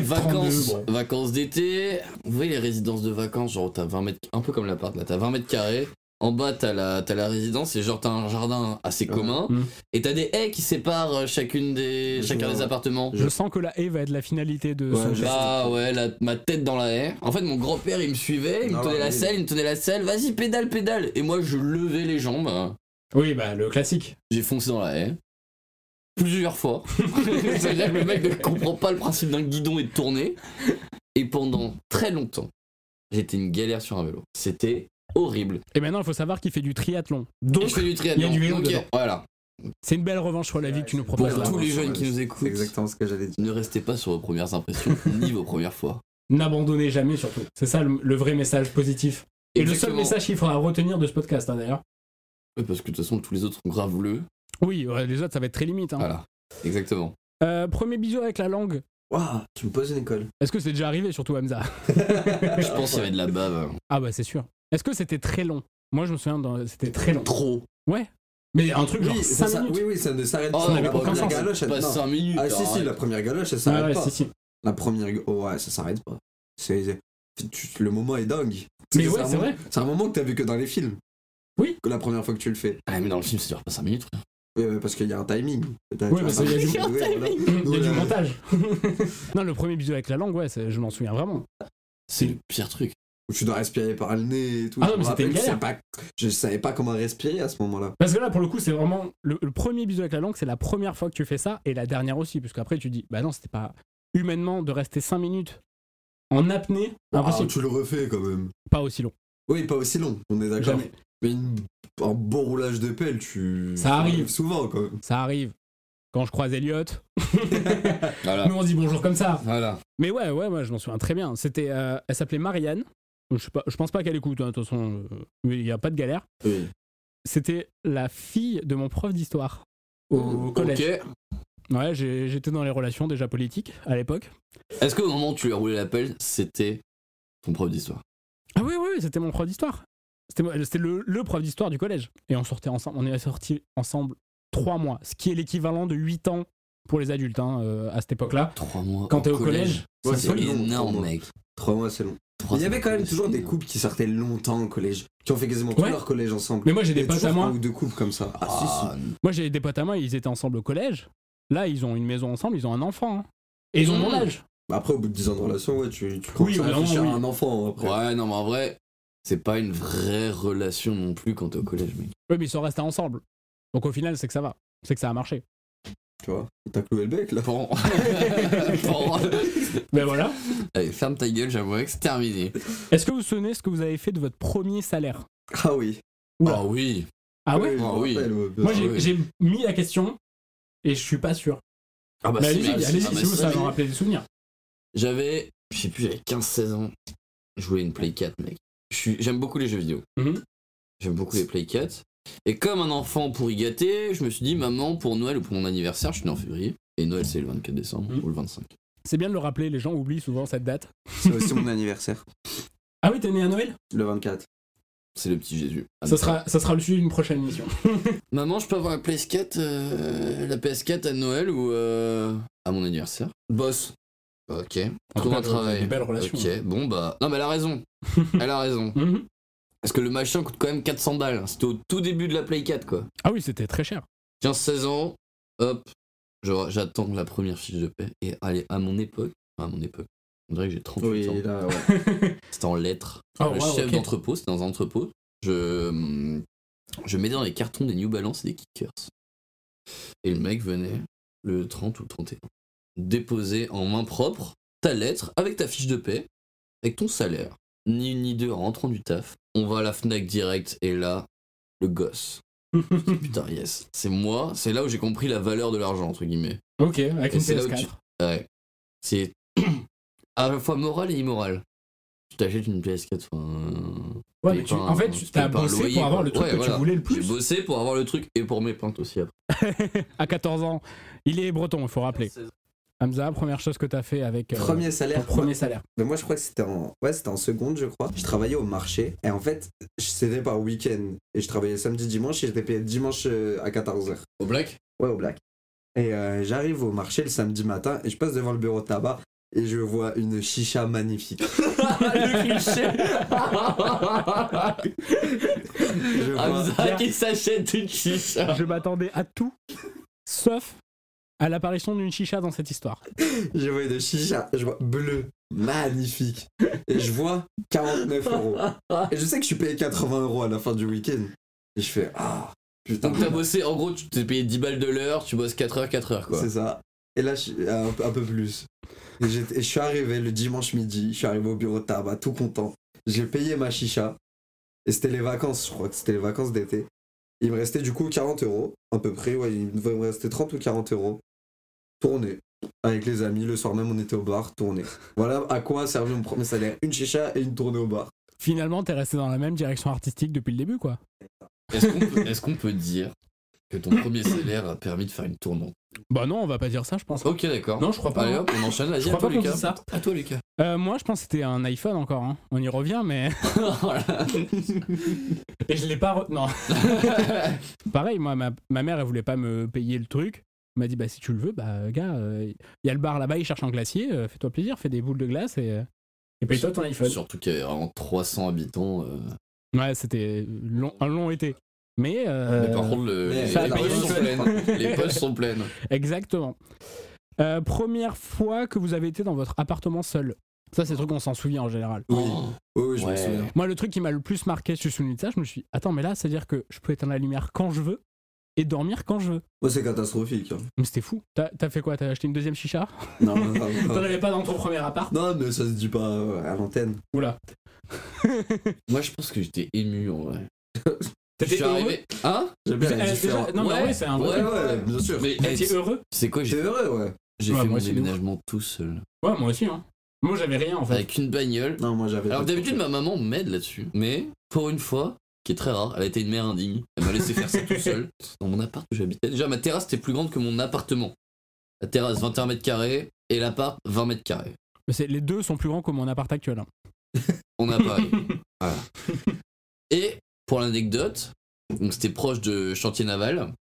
Speaker 3: vacances,
Speaker 4: 32,
Speaker 3: vacances d'été, vous voyez les résidences de vacances, genre t'as 20 mètres, un peu comme l'appart là, t'as 20 mètres carrés, en bas t'as la, t'as la résidence et genre t'as un jardin assez
Speaker 2: Ouais. Mmh.
Speaker 3: commun,
Speaker 1: Mm.
Speaker 3: et t'as des haies qui séparent euh, chacune des,
Speaker 2: Je
Speaker 3: chacun
Speaker 2: vois,
Speaker 3: des
Speaker 2: ouais.
Speaker 3: appartements.
Speaker 1: Je sens que la haie va être la finalité de
Speaker 2: Ouais,
Speaker 1: son
Speaker 2: je-
Speaker 1: geste.
Speaker 3: Ah ouais, la- ma tête dans la haie. En fait, mon grand-père, il me suivait, il me
Speaker 2: Ah
Speaker 3: tenait
Speaker 2: ouais,
Speaker 3: la
Speaker 2: oui.
Speaker 3: selle, il me tenait la selle, vas-y, pédale, pédale. Et moi, je levais les jambes, hein.
Speaker 1: Oui, bah, le classique.
Speaker 3: j'ai foncé dans la haie. Plusieurs fois. [LAUGHS] C'est-à-dire que le mec ne comprend pas le principe d'un guidon et de tourner. Et pendant très longtemps, j'étais une galère sur un vélo. C'était horrible.
Speaker 1: Et maintenant, il faut savoir qu'il fait du triathlon.
Speaker 3: Et
Speaker 1: Donc,
Speaker 3: je fais du triathlon.
Speaker 1: il y a du vélo
Speaker 3: Ok,
Speaker 1: dedans.
Speaker 3: Voilà.
Speaker 1: c'est une belle revanche sur la vie que tu nous
Speaker 3: Pour
Speaker 1: proposes
Speaker 2: Ouais,
Speaker 1: là.
Speaker 3: tous
Speaker 2: ouais,
Speaker 3: les
Speaker 2: ouais,
Speaker 3: jeunes qui
Speaker 2: ouais,
Speaker 3: nous
Speaker 2: C'est
Speaker 3: écoutent,
Speaker 2: exactement ce que j'allais dire.
Speaker 3: ne restez pas sur vos
Speaker 1: [LAUGHS]
Speaker 3: premières impressions, ni vos premières fois.
Speaker 1: N'abandonnez jamais, surtout. C'est ça le, le vrai message positif. Et
Speaker 3: Exactement.
Speaker 1: le seul message qu'il faudra retenir de ce podcast, hein, d'ailleurs.
Speaker 3: Ouais, Parce que de toute façon, tous les autres sont grave bleus.
Speaker 1: Oui, ouais, les autres, ça va être très limite. hein.
Speaker 3: Voilà. Exactement.
Speaker 1: Euh, premier bisou avec la langue.
Speaker 2: Waouh, tu me poses une colle.
Speaker 1: Est-ce que c'est déjà arrivé, surtout Hamza
Speaker 3: Je pense qu'il y avait de la bave.
Speaker 1: Ah, bah, c'est sûr. Est-ce que c'était très long Moi, je me souviens, dans- c'était très long.
Speaker 3: Trop.
Speaker 1: Mais un truc genre
Speaker 2: Oui, ça,
Speaker 1: 5
Speaker 2: ça-
Speaker 1: minutes.
Speaker 2: oui, oui, ça ne s'arrête
Speaker 3: Oh,
Speaker 2: pas.
Speaker 1: n'avait
Speaker 2: La
Speaker 1: aucun
Speaker 2: première
Speaker 1: sens.
Speaker 2: galoche, elle
Speaker 3: pas
Speaker 2: non.
Speaker 3: 5 minutes. hein.
Speaker 2: Ah si, si,
Speaker 3: arrête.
Speaker 2: la première galoche, elle
Speaker 1: Ah
Speaker 2: s'arrête
Speaker 1: ouais, si,
Speaker 2: pas.
Speaker 1: si.
Speaker 2: La première. ga- oh, ouais, ça s'arrête pas. C'est. tu- Le moment est dingue.
Speaker 1: Mais
Speaker 2: Parce que
Speaker 1: ouais,
Speaker 2: un
Speaker 1: c'est [LAUGHS]
Speaker 2: moment-
Speaker 1: vrai.
Speaker 2: C'est un moment que t'as vu que dans les films.
Speaker 1: Oui.
Speaker 2: Que la première fois que tu le fais.
Speaker 3: Ah, mais dans le film, ça dure pas 5 minutes. frère.
Speaker 2: Oui, mais parce qu'il y a un timing. T'as-
Speaker 1: Oui,
Speaker 2: tu
Speaker 1: parce
Speaker 2: vois,
Speaker 1: qu'il y a
Speaker 2: ça-
Speaker 1: du-
Speaker 3: [LAUGHS]
Speaker 2: oui, voilà.
Speaker 1: Il y a
Speaker 2: Ouais.
Speaker 1: du montage. [LAUGHS] non, le premier bisou avec la langue, ouais, c'est- je m'en souviens vraiment.
Speaker 3: C'est le pire truc.
Speaker 2: Où tu dois respirer par le nez et tout.
Speaker 1: Ah
Speaker 2: Je
Speaker 1: non,
Speaker 2: me
Speaker 1: mais c'était une
Speaker 2: rappelle, je
Speaker 1: galère.
Speaker 2: sais pas- Je savais pas comment respirer à ce moment-là.
Speaker 1: Parce que là, pour le coup, c'est vraiment le, le premier bisou avec la langue, c'est la première fois que tu fais ça et la dernière aussi, parce qu'après tu dis, bah non, c'était pas humainement de rester 5 minutes Bah, en apnée,
Speaker 2: Ah,
Speaker 1: impossible.
Speaker 2: tu le refais quand même.
Speaker 1: Pas aussi long.
Speaker 2: Oui, pas aussi long, on est d'accord.
Speaker 1: Jamais.
Speaker 2: Mais une- un bon roulage de pelle, tu.
Speaker 1: Ça arrive.
Speaker 2: Souvent quand même.
Speaker 1: Ça arrive. Quand je croise Elliot,
Speaker 3: Voilà. Ah.
Speaker 1: nous on se dit bonjour comme ça.
Speaker 3: Voilà.
Speaker 1: Mais ouais, ouais, moi je m'en souviens très bien. C'était, euh, elle s'appelait Marianne. Je, sais pas, je pense pas qu'elle écoute, hein, de toute façon, euh, mais il n'y a pas de galère.
Speaker 3: Oui.
Speaker 1: C'était la fille de mon prof d'histoire au collège.
Speaker 3: Ok.
Speaker 1: Ouais, j'ai- j'étais dans les relations déjà politiques à l'époque.
Speaker 3: Est-ce qu'au moment où tu lui as roulé la pelle, c'était ton prof d'histoire
Speaker 1: Ah oui, oui, oui, c'était mon prof d'histoire. C'était moi- c'était le, le prof d'histoire du collège. Et on sortait ensemble, on est sortis ensemble trois mois, ce qui est l'équivalent de 8 ans pour les adultes hein, euh, à cette époque-là.
Speaker 3: Trois mois.
Speaker 1: Quand
Speaker 3: au
Speaker 1: t'es au collège,
Speaker 2: Ouais,
Speaker 3: c'est
Speaker 2: long, trois
Speaker 3: énorme,
Speaker 2: mois.
Speaker 3: mec.
Speaker 2: Trois mois, c'est long.
Speaker 3: Trois
Speaker 2: Il y
Speaker 3: ans
Speaker 2: avait
Speaker 3: au
Speaker 2: quand même
Speaker 3: collège,
Speaker 2: toujours
Speaker 3: c'est
Speaker 2: des
Speaker 3: énorme.
Speaker 2: couples qui sortaient longtemps au collège, qui ont fait quasiment
Speaker 1: Ouais.
Speaker 2: tout leur collège ensemble.
Speaker 1: Mais moi, j'ai
Speaker 2: Il y
Speaker 1: des
Speaker 2: a
Speaker 1: potes
Speaker 2: toujours
Speaker 1: à moi.
Speaker 2: un ou deux couples comme ça. Ah, si, si.
Speaker 3: Ah,
Speaker 1: Moi, j'ai des potes à moi, ils étaient ensemble au collège. Là, ils ont une maison ensemble, ils ont un enfant. hein. Et ils ont mon
Speaker 3: Mmh.
Speaker 1: âge.
Speaker 2: Bah Après, au bout de 10 ans de relation, ouais, tu, tu
Speaker 1: Oui,
Speaker 2: commences
Speaker 1: au bout
Speaker 2: à
Speaker 1: d'un
Speaker 2: réfléchir
Speaker 1: moment,
Speaker 2: à un enfant hein, après.
Speaker 3: Ah, Ouais, non, mais en vrai, c'est pas une vraie relation non plus quand t'es au collège, mec.
Speaker 1: Oui, mais ils sont restés ensemble. Donc au final, c'est que ça va. C'est que ça a marché.
Speaker 2: Tu vois, il t'a cloué le bec là. [LAUGHS]
Speaker 3: Bon. Bon.
Speaker 1: Ben voilà.
Speaker 3: Allez, ferme ta gueule, j'aimerais que c'est terminé.
Speaker 1: Est-ce que vous vous souvenez ce que vous avez fait de votre premier salaire
Speaker 2: Ah oui.
Speaker 1: Oula.
Speaker 3: Ah oui.
Speaker 1: Ah ouais
Speaker 2: je me
Speaker 3: Ah oui.
Speaker 2: rappelle, ouais, bien
Speaker 1: Moi,
Speaker 2: sûr.
Speaker 1: j'ai
Speaker 3: oui.
Speaker 1: j'ai mis la question et je suis pas sûr.
Speaker 3: Ah bah
Speaker 1: Mais
Speaker 3: si,
Speaker 1: allez-y,
Speaker 3: mais-
Speaker 1: allez-y,
Speaker 3: ah bah
Speaker 1: si vous,
Speaker 3: si.
Speaker 1: ça va me rappeler des souvenirs.
Speaker 3: J'avais, je sais plus, j'avais 15-16 ans. Je voulais une Play 4, mec. Je suis- J'aime beaucoup les jeux vidéo.
Speaker 1: Mhm.
Speaker 3: J'aime beaucoup les Play 4. Et comme un enfant pour y gâter, je me suis dit, maman, pour Noël ou pour mon anniversaire, je suis né en février. Et Noël, c'est le 24 décembre
Speaker 1: Mhm.
Speaker 3: ou le 25.
Speaker 1: C'est bien de le rappeler, les gens oublient souvent cette date.
Speaker 2: C'est aussi mon anniversaire,
Speaker 1: Ah oui, t'es né à Noël
Speaker 2: le 24.
Speaker 3: C'est le petit Jésus. Ah,
Speaker 1: ça sera, ça sera le sujet d'une prochaine émission.
Speaker 3: Maman, je peux avoir la PS4, euh, la PS4 à Noël ou euh, à mon anniversaire Boss. Ok. Trouve
Speaker 1: cas,
Speaker 3: un travail.
Speaker 1: une belle relation. hein.
Speaker 3: Ok, bon bah. Non, mais elle
Speaker 1: [LAUGHS]
Speaker 3: a raison. elle a raison.
Speaker 1: Mhm.
Speaker 3: Parce que le machin coûte quand même 400 balles. C'était au tout début de la Play 4, quoi.
Speaker 1: Ah oui, c'était très [LAUGHS] cher.
Speaker 3: 15-16 ans, hop, je- j'attends la première fiche de paix. Et allez, à mon époque, à mon époque, on dirait que j'ai 38
Speaker 2: Oui,
Speaker 3: ans.
Speaker 2: là, ouais.
Speaker 3: C'était en lettres.
Speaker 1: Oh,
Speaker 3: le
Speaker 1: wow,
Speaker 3: chef
Speaker 1: ok.
Speaker 3: d'entrepôt, c'était dans un entrepôt. Je, hum, je mettais dans les cartons des New Balance et des Kickers. Et le mec venait le 30 ou le 31. Déposer en main propre ta lettre avec ta fiche de paix, avec ton salaire. Ni une ni deux en rentrant du taf. On va à la Fnac direct et là, le gosse. Putain, yes. C'est moi, c'est là où j'ai compris la valeur de l'argent, entre guillemets.
Speaker 1: ok, avec
Speaker 3: Et
Speaker 1: une
Speaker 3: c'est là où
Speaker 1: PS4.
Speaker 3: Ouais. C'est [CLEARS THROAT] à la fois moral et immoral. Tu t'achètes une PS4, enfin,
Speaker 1: Ouais,
Speaker 3: payes
Speaker 1: mais tu,
Speaker 3: pas
Speaker 1: en
Speaker 3: un-
Speaker 1: fait,
Speaker 3: tu
Speaker 1: tu
Speaker 3: payes
Speaker 1: as
Speaker 3: pas un
Speaker 1: bossé
Speaker 3: loyer,
Speaker 1: pour
Speaker 3: quoi.
Speaker 1: avoir le truc
Speaker 3: Ouais,
Speaker 1: que
Speaker 3: voilà.
Speaker 1: tu voulais le
Speaker 3: J'ai
Speaker 1: plus.
Speaker 3: bossé pour avoir le truc et pour mes plaintes aussi après.
Speaker 1: à 14 ans, il est breton, il faut rappeler. Hamza, première chose que t'as fait avec euh,
Speaker 2: Premier
Speaker 1: ton
Speaker 2: salaire.
Speaker 1: premier salaire.
Speaker 2: Mais moi, je crois que c'était en... Ouais, c'était en seconde, je crois. Je travaillais au marché. Et en fait, je cédais par week-end. Et je travaillais samedi, dimanche. Et j'étais payé dimanche euh, à 14h.
Speaker 3: Au black [LAUGHS]
Speaker 2: Ouais, au black. Et euh, j'arrive au marché le samedi matin. Et je passe devant le bureau de tabac. Et je vois une chicha magnifique.
Speaker 3: Le [LAUGHS] cliché
Speaker 2: Je
Speaker 3: Ah,
Speaker 2: vois...
Speaker 3: Hamza qui s'achète une chicha
Speaker 1: Je m'attendais à tout, sauf à l'apparition d'une chicha dans cette histoire.
Speaker 2: Je vois une chicha, je vois bleu, magnifique. Et je vois 49 euros. Et je sais que je suis payé 80 euros à la fin du week-end. Et je fais Ah, putain.
Speaker 3: Donc t'as bossé, en gros, tu t'es payé 10 balles de l'heure, tu bosses 4 heures, 4 heures quoi.
Speaker 2: C'est ça. Et là, je suis un, un peu plus. Et, j'étais- et je suis arrivé le dimanche midi, je suis arrivé au bureau de tabac, tout content. J'ai payé ma chicha. Et c'était les vacances, je crois que c'était les vacances d'été. Il me restait du coup 40 euros, à peu près, ouais, il devait me rester 30 ou 40 euros. Tourner. Avec les amis, le soir même, on était au bar, tourner. Voilà à quoi servait mon premier salaire. Une chicha et une tournée au bar.
Speaker 1: Finalement, t'es resté dans la même direction artistique depuis le début, quoi.
Speaker 3: Est-ce qu'on peut, est-ce qu'on peut dire que ton premier salaire a permis de faire une tournante
Speaker 1: Bah non, on va pas dire ça, je pense.
Speaker 3: Ok, d'accord.
Speaker 1: Non, je crois pas.
Speaker 3: Allez
Speaker 1: hein.
Speaker 3: hop, on enchaîne, vas-y,
Speaker 1: Je
Speaker 3: à
Speaker 1: crois
Speaker 3: toi
Speaker 1: pas qu'on
Speaker 3: Lucas.
Speaker 1: dise ça.
Speaker 3: À
Speaker 1: [LAUGHS]
Speaker 3: toi Lucas.
Speaker 1: Euh, moi, je pense que c'était un iPhone encore. hein. On y revient, mais.
Speaker 3: Voilà.
Speaker 1: Et je l'ai pas. re- Non. Pareil, moi, ma, ma mère, elle voulait pas me payer le truc. Elle m'a dit, bah si tu le veux, bah gars, il y a le bar là-bas, il cherche un glacier, euh, fais-toi plaisir, fais des boules de glace et. euh, Et paye-toi ton iPhone.
Speaker 3: Surtout qu'il y avait vraiment 300 habitants. euh.
Speaker 1: Ouais, c'était long- un long été. Mais. euh,
Speaker 3: Mais par contre, le-
Speaker 2: mais
Speaker 3: les,
Speaker 1: ça,
Speaker 3: les
Speaker 1: t'as
Speaker 3: poches
Speaker 1: raison.
Speaker 3: sont pleines. les poches sont pleines.
Speaker 1: Exactement. Euh, première fois que vous avez été dans votre appartement seul. Ça, c'est le truc qu'on s'en souvient en général.
Speaker 2: Oui, oui, oui, je me
Speaker 3: Ouais.
Speaker 2: souviens.
Speaker 1: Moi, le truc qui m'a le plus marqué, je suis souvenu de ça, je me suis dit, attends, mais là, c'est-à-dire que je peux éteindre la lumière quand je veux et dormir quand je veux.
Speaker 2: Moi, c'est catastrophique. hein.
Speaker 1: Mais c'était fou. T'as t'as fait quoi T'as acheté une deuxième chicha
Speaker 2: Non, non, non,
Speaker 1: T'en
Speaker 2: non.
Speaker 1: avais pas dans ton premier appart
Speaker 2: [LAUGHS] Non, mais ça se dit pas euh, à l'antenne.
Speaker 1: Oula.
Speaker 3: Moi, je pense que j'étais ému en vrai. Je
Speaker 1: T'étais
Speaker 3: suis
Speaker 1: heureux
Speaker 3: arrivé. Hein
Speaker 2: J'aime bien
Speaker 1: Euh,
Speaker 2: la
Speaker 1: déjà,
Speaker 2: différence.
Speaker 1: Non, mais
Speaker 3: Ouais,
Speaker 1: ouais, c'est un vrai.
Speaker 2: Ouais, ouais, bien sûr.
Speaker 3: Mais
Speaker 1: T'étais
Speaker 3: eh,
Speaker 1: heureux
Speaker 3: c'est quoi
Speaker 2: J'étais
Speaker 3: J'ai
Speaker 2: heureux, ouais.
Speaker 3: j'ai
Speaker 1: Ouais,
Speaker 3: fait
Speaker 1: moi
Speaker 3: mon
Speaker 1: aussi, de ouf.
Speaker 3: déménagement tout seul.
Speaker 1: Ouais, moi aussi. Hein. Moi, j'avais rien en fait.
Speaker 3: avec une bagnole.
Speaker 2: Non, moi j'avais.
Speaker 3: Alors
Speaker 2: pas de
Speaker 3: d'habitude,
Speaker 2: projet.
Speaker 3: ma maman m'aide là-dessus, mais pour une fois, qui est très rare, elle a été une mère indigne. Elle m'a laissé faire ça tout seul dans mon appart où j'habitais. Déjà, ma terrasse était plus grande que mon appartement. La terrasse 21 mètres carrés et l'appart 20 mètres carrés.
Speaker 1: Mais c'est- les deux sont plus grands que mon appart actuel. hein.
Speaker 3: On a Paris. Voilà. Et pour l'anecdote, donc c'était proche de chantier naval.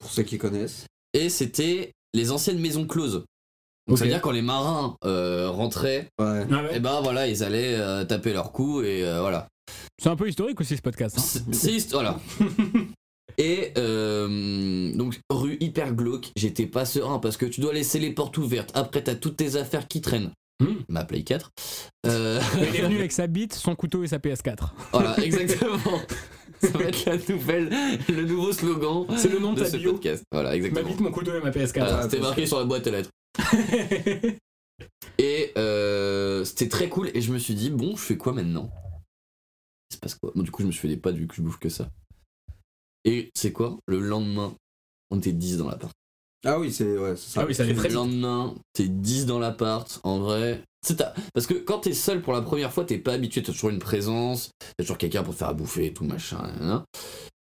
Speaker 2: Pour ceux qui connaissent.
Speaker 3: et c'était les anciennes maisons closes.
Speaker 1: Ok.
Speaker 3: Donc C'est-à-dire quand les marins euh, rentraient,
Speaker 2: Ouais.
Speaker 4: Ah ouais.
Speaker 3: et ben voilà, ils allaient euh, taper leur coup et euh, voilà.
Speaker 1: C'est un peu historique aussi ce
Speaker 4: Ah,
Speaker 1: podcast. [LAUGHS] hein.
Speaker 3: C'est c'est
Speaker 4: [LAUGHS]
Speaker 3: hist- voilà. Et euh, donc rue hyper glauque, j'étais pas serein parce que tu dois laisser les portes ouvertes. Après t'as toutes tes affaires qui traînent.
Speaker 1: Hmm.
Speaker 3: Ma Play 4. Euh, [LAUGHS]
Speaker 1: Il est venu avec sa bite, son couteau et sa PS4.
Speaker 3: voilà, exactement. Ça va être la nouvelle, le nouveau slogan
Speaker 4: C'est le nom de
Speaker 3: de
Speaker 4: ta
Speaker 3: ce
Speaker 4: bio.
Speaker 3: podcast. Voilà,
Speaker 4: Ma
Speaker 3: exactement.
Speaker 4: bite, mon couteau et ma PS4.
Speaker 3: Voilà, C'était marqué sur la boîte à lettres. Et euh, c'était très cool. Et je me suis dit, bon, je fais quoi maintenant Il se passe quoi Bon, Du coup, je me suis fait des pâtes vu que je bouffe que ça. Et c'est quoi Le lendemain, on était 10 dans l'appart.
Speaker 2: Ah oui, c'est ouais, c'est ça.
Speaker 4: Ah oui, ça allait très
Speaker 3: Le
Speaker 4: vite.
Speaker 3: lendemain, t'es 10 dans l'appart. En vrai, c'est ta- Parce que quand t'es seul pour la première fois, t'es pas habitué. T'as toujours une présence. T'as toujours quelqu'un pour te faire à bouffer et tout, machin. nanana.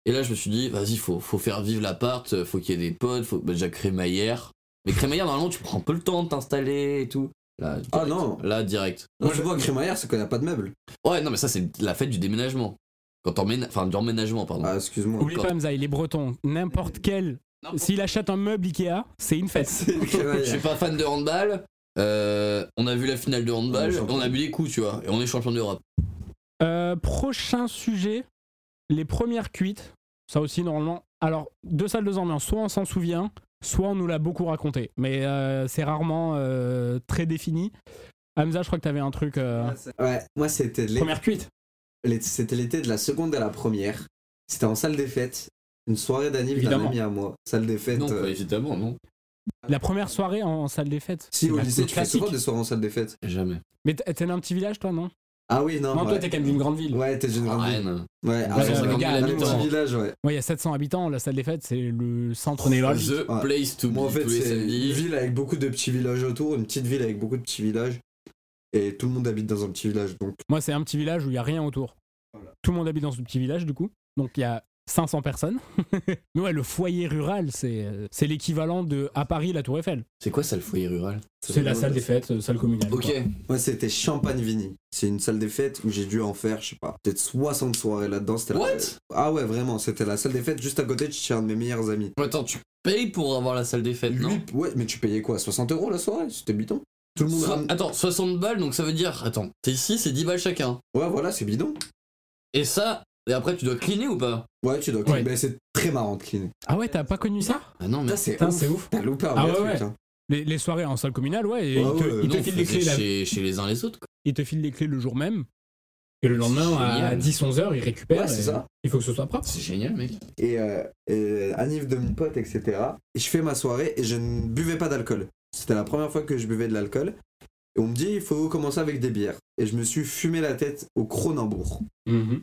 Speaker 3: Et là, je me suis dit, vas-y, faut, faut faire vivre l'appart. euh, Faut qu'il y ait des potes. Faut bah, déjà crémaillère. Mais crémaillère, normalement, tu prends un peu le temps de t'installer et tout. Là,
Speaker 2: Ah
Speaker 3: direct.
Speaker 2: non.
Speaker 3: Là, direct.
Speaker 2: Moi je vois un crémaillère, c'est qu'on n'a pas de meubles.
Speaker 3: Ouais, non, mais ça, c'est la fête du déménagement. Quand t'emmènes. Enfin, du emménagement, pardon.
Speaker 2: Ah, excuse-moi.
Speaker 1: [LAUGHS] Oublie pas, Mza, il est breton. N'importe quel. S'il achète un meuble Ikea, c'est une fête.
Speaker 2: C'est une [LAUGHS] crémaillère.
Speaker 3: Je suis pas fan de handball. euh, on a vu la finale de handball.
Speaker 2: On est champion.
Speaker 3: on a bu des coups, tu vois. Et on est champion d'Europe.
Speaker 1: Euh, prochain sujet, les premières cuites. Ça aussi, normalement. Alors, deux salles, deux ambiances. Soit on s'en souvient, soit on nous l'a beaucoup raconté. Mais euh, c'est rarement euh, très défini. Hamza, je crois que t'avais un truc. euh,
Speaker 2: Ouais, moi c'était Ah, les-
Speaker 1: Première cuite.
Speaker 2: les- c'était l'été de la seconde à la première. C'était en salle des fêtes. Une soirée d'anniv d'un
Speaker 1: Évidemment.
Speaker 2: ami à moi. Salle des fêtes.
Speaker 3: non,
Speaker 2: euh,
Speaker 3: pas évidemment, non.
Speaker 1: La première soirée en, en salle des fêtes.
Speaker 2: Ah. Si
Speaker 1: C'est
Speaker 2: au
Speaker 1: la-
Speaker 2: lycée,
Speaker 1: le
Speaker 2: tu fais
Speaker 1: classique.
Speaker 2: souvent des soirées en salle des fêtes.
Speaker 3: Jamais.
Speaker 1: Mais t'es t'es d'un petit village, toi, non
Speaker 2: Ah oui, non.
Speaker 1: Non, toi,
Speaker 2: ouais.
Speaker 1: t'es quand même d'une grande ville.
Speaker 2: Ouais, t'es une grande ville.
Speaker 3: Rennes.
Speaker 2: Ouais,
Speaker 3: Ah,
Speaker 2: ah,
Speaker 1: c'est
Speaker 2: ouais,
Speaker 1: le gars à
Speaker 2: un petit
Speaker 1: l'habitant.
Speaker 2: village, ouais.
Speaker 1: Ouais, il y a 700 habitants. La salle des fêtes, c'est le
Speaker 2: Oh,
Speaker 1: centre des loges.
Speaker 3: The
Speaker 2: Ouais.
Speaker 3: place to be
Speaker 2: Moi, en fait,
Speaker 3: tous les
Speaker 2: c'est une
Speaker 3: samedis.
Speaker 2: ville avec beaucoup de petits villages autour, une petite ville avec beaucoup de petits villages. Et tout le monde habite dans un petit village, donc
Speaker 1: Moi, c'est un petit village où il n'y a rien autour. Tout le monde habite dans ce petit village, du coup. Donc, il y a 500 personnes. [LAUGHS] Mais ouais, le foyer rural, c'est euh, c'est l'équivalent de, à Paris, la Tour Eiffel.
Speaker 3: C'est quoi ça, le foyer rural
Speaker 1: C'est la salle des fêtes, euh, salle communale.
Speaker 3: Ok.
Speaker 1: quoi.
Speaker 2: Moi, c'était Champagne Vini. C'est une salle des fêtes où j'ai dû en faire, je sais pas, peut-être 60 soirées là-dedans. C'était la-
Speaker 3: What
Speaker 2: Ah ouais, vraiment, c'était la salle des fêtes juste à côté de chez un de mes meilleurs amis.
Speaker 3: Attends, tu payes pour avoir la salle des fêtes, non
Speaker 2: Lui, ouais, mais tu payais quoi 60 euros la soirée C'était bidon. Tout le monde.
Speaker 3: So-
Speaker 2: ram-
Speaker 3: Attends, 60 balles, donc ça veut dire. Attends, t'es ici, c'est 10 balles chacun.
Speaker 2: Ouais, voilà, c'est bidon.
Speaker 3: Et ça, et après, tu dois cleaner ou pas
Speaker 2: Ouais, tu dois cleaner.
Speaker 1: Ouais.
Speaker 2: Ben, c'est très marrant de cleaner.
Speaker 1: Ah ouais, t'as pas connu ça
Speaker 3: Ah non, mais.
Speaker 2: Putain, c'est
Speaker 1: Putain,
Speaker 2: ouf.
Speaker 1: c'est ouf.
Speaker 2: T'as loupé un
Speaker 1: Ah
Speaker 2: vrai
Speaker 1: ouais,
Speaker 2: truc. hein.
Speaker 1: Les, les soirées en salle communale, ouais. et
Speaker 2: Ah
Speaker 1: ils, te,
Speaker 2: ouais.
Speaker 1: ils te
Speaker 3: non,
Speaker 1: filent les
Speaker 3: faisait
Speaker 1: clés, là.
Speaker 3: chez, chez les uns les autres. quoi.
Speaker 1: ils te filent les clés le jour même. Et le lendemain, à
Speaker 3: Génial.
Speaker 1: 10-11 heures, ils récupèrent.
Speaker 2: Ouais, c'est
Speaker 1: et
Speaker 2: ça.
Speaker 1: Il faut que ce soit propre.
Speaker 3: C'est génial, mec.
Speaker 2: Et, euh, et Anif de mon pote, etc. Et je fais ma soirée et je ne buvais pas d'alcool. C'était la première fois que je buvais de l'alcool. Et on me dit, il faut commencer avec des bières. Et je me suis fumé la tête au Cronenbourg.
Speaker 1: Mhm.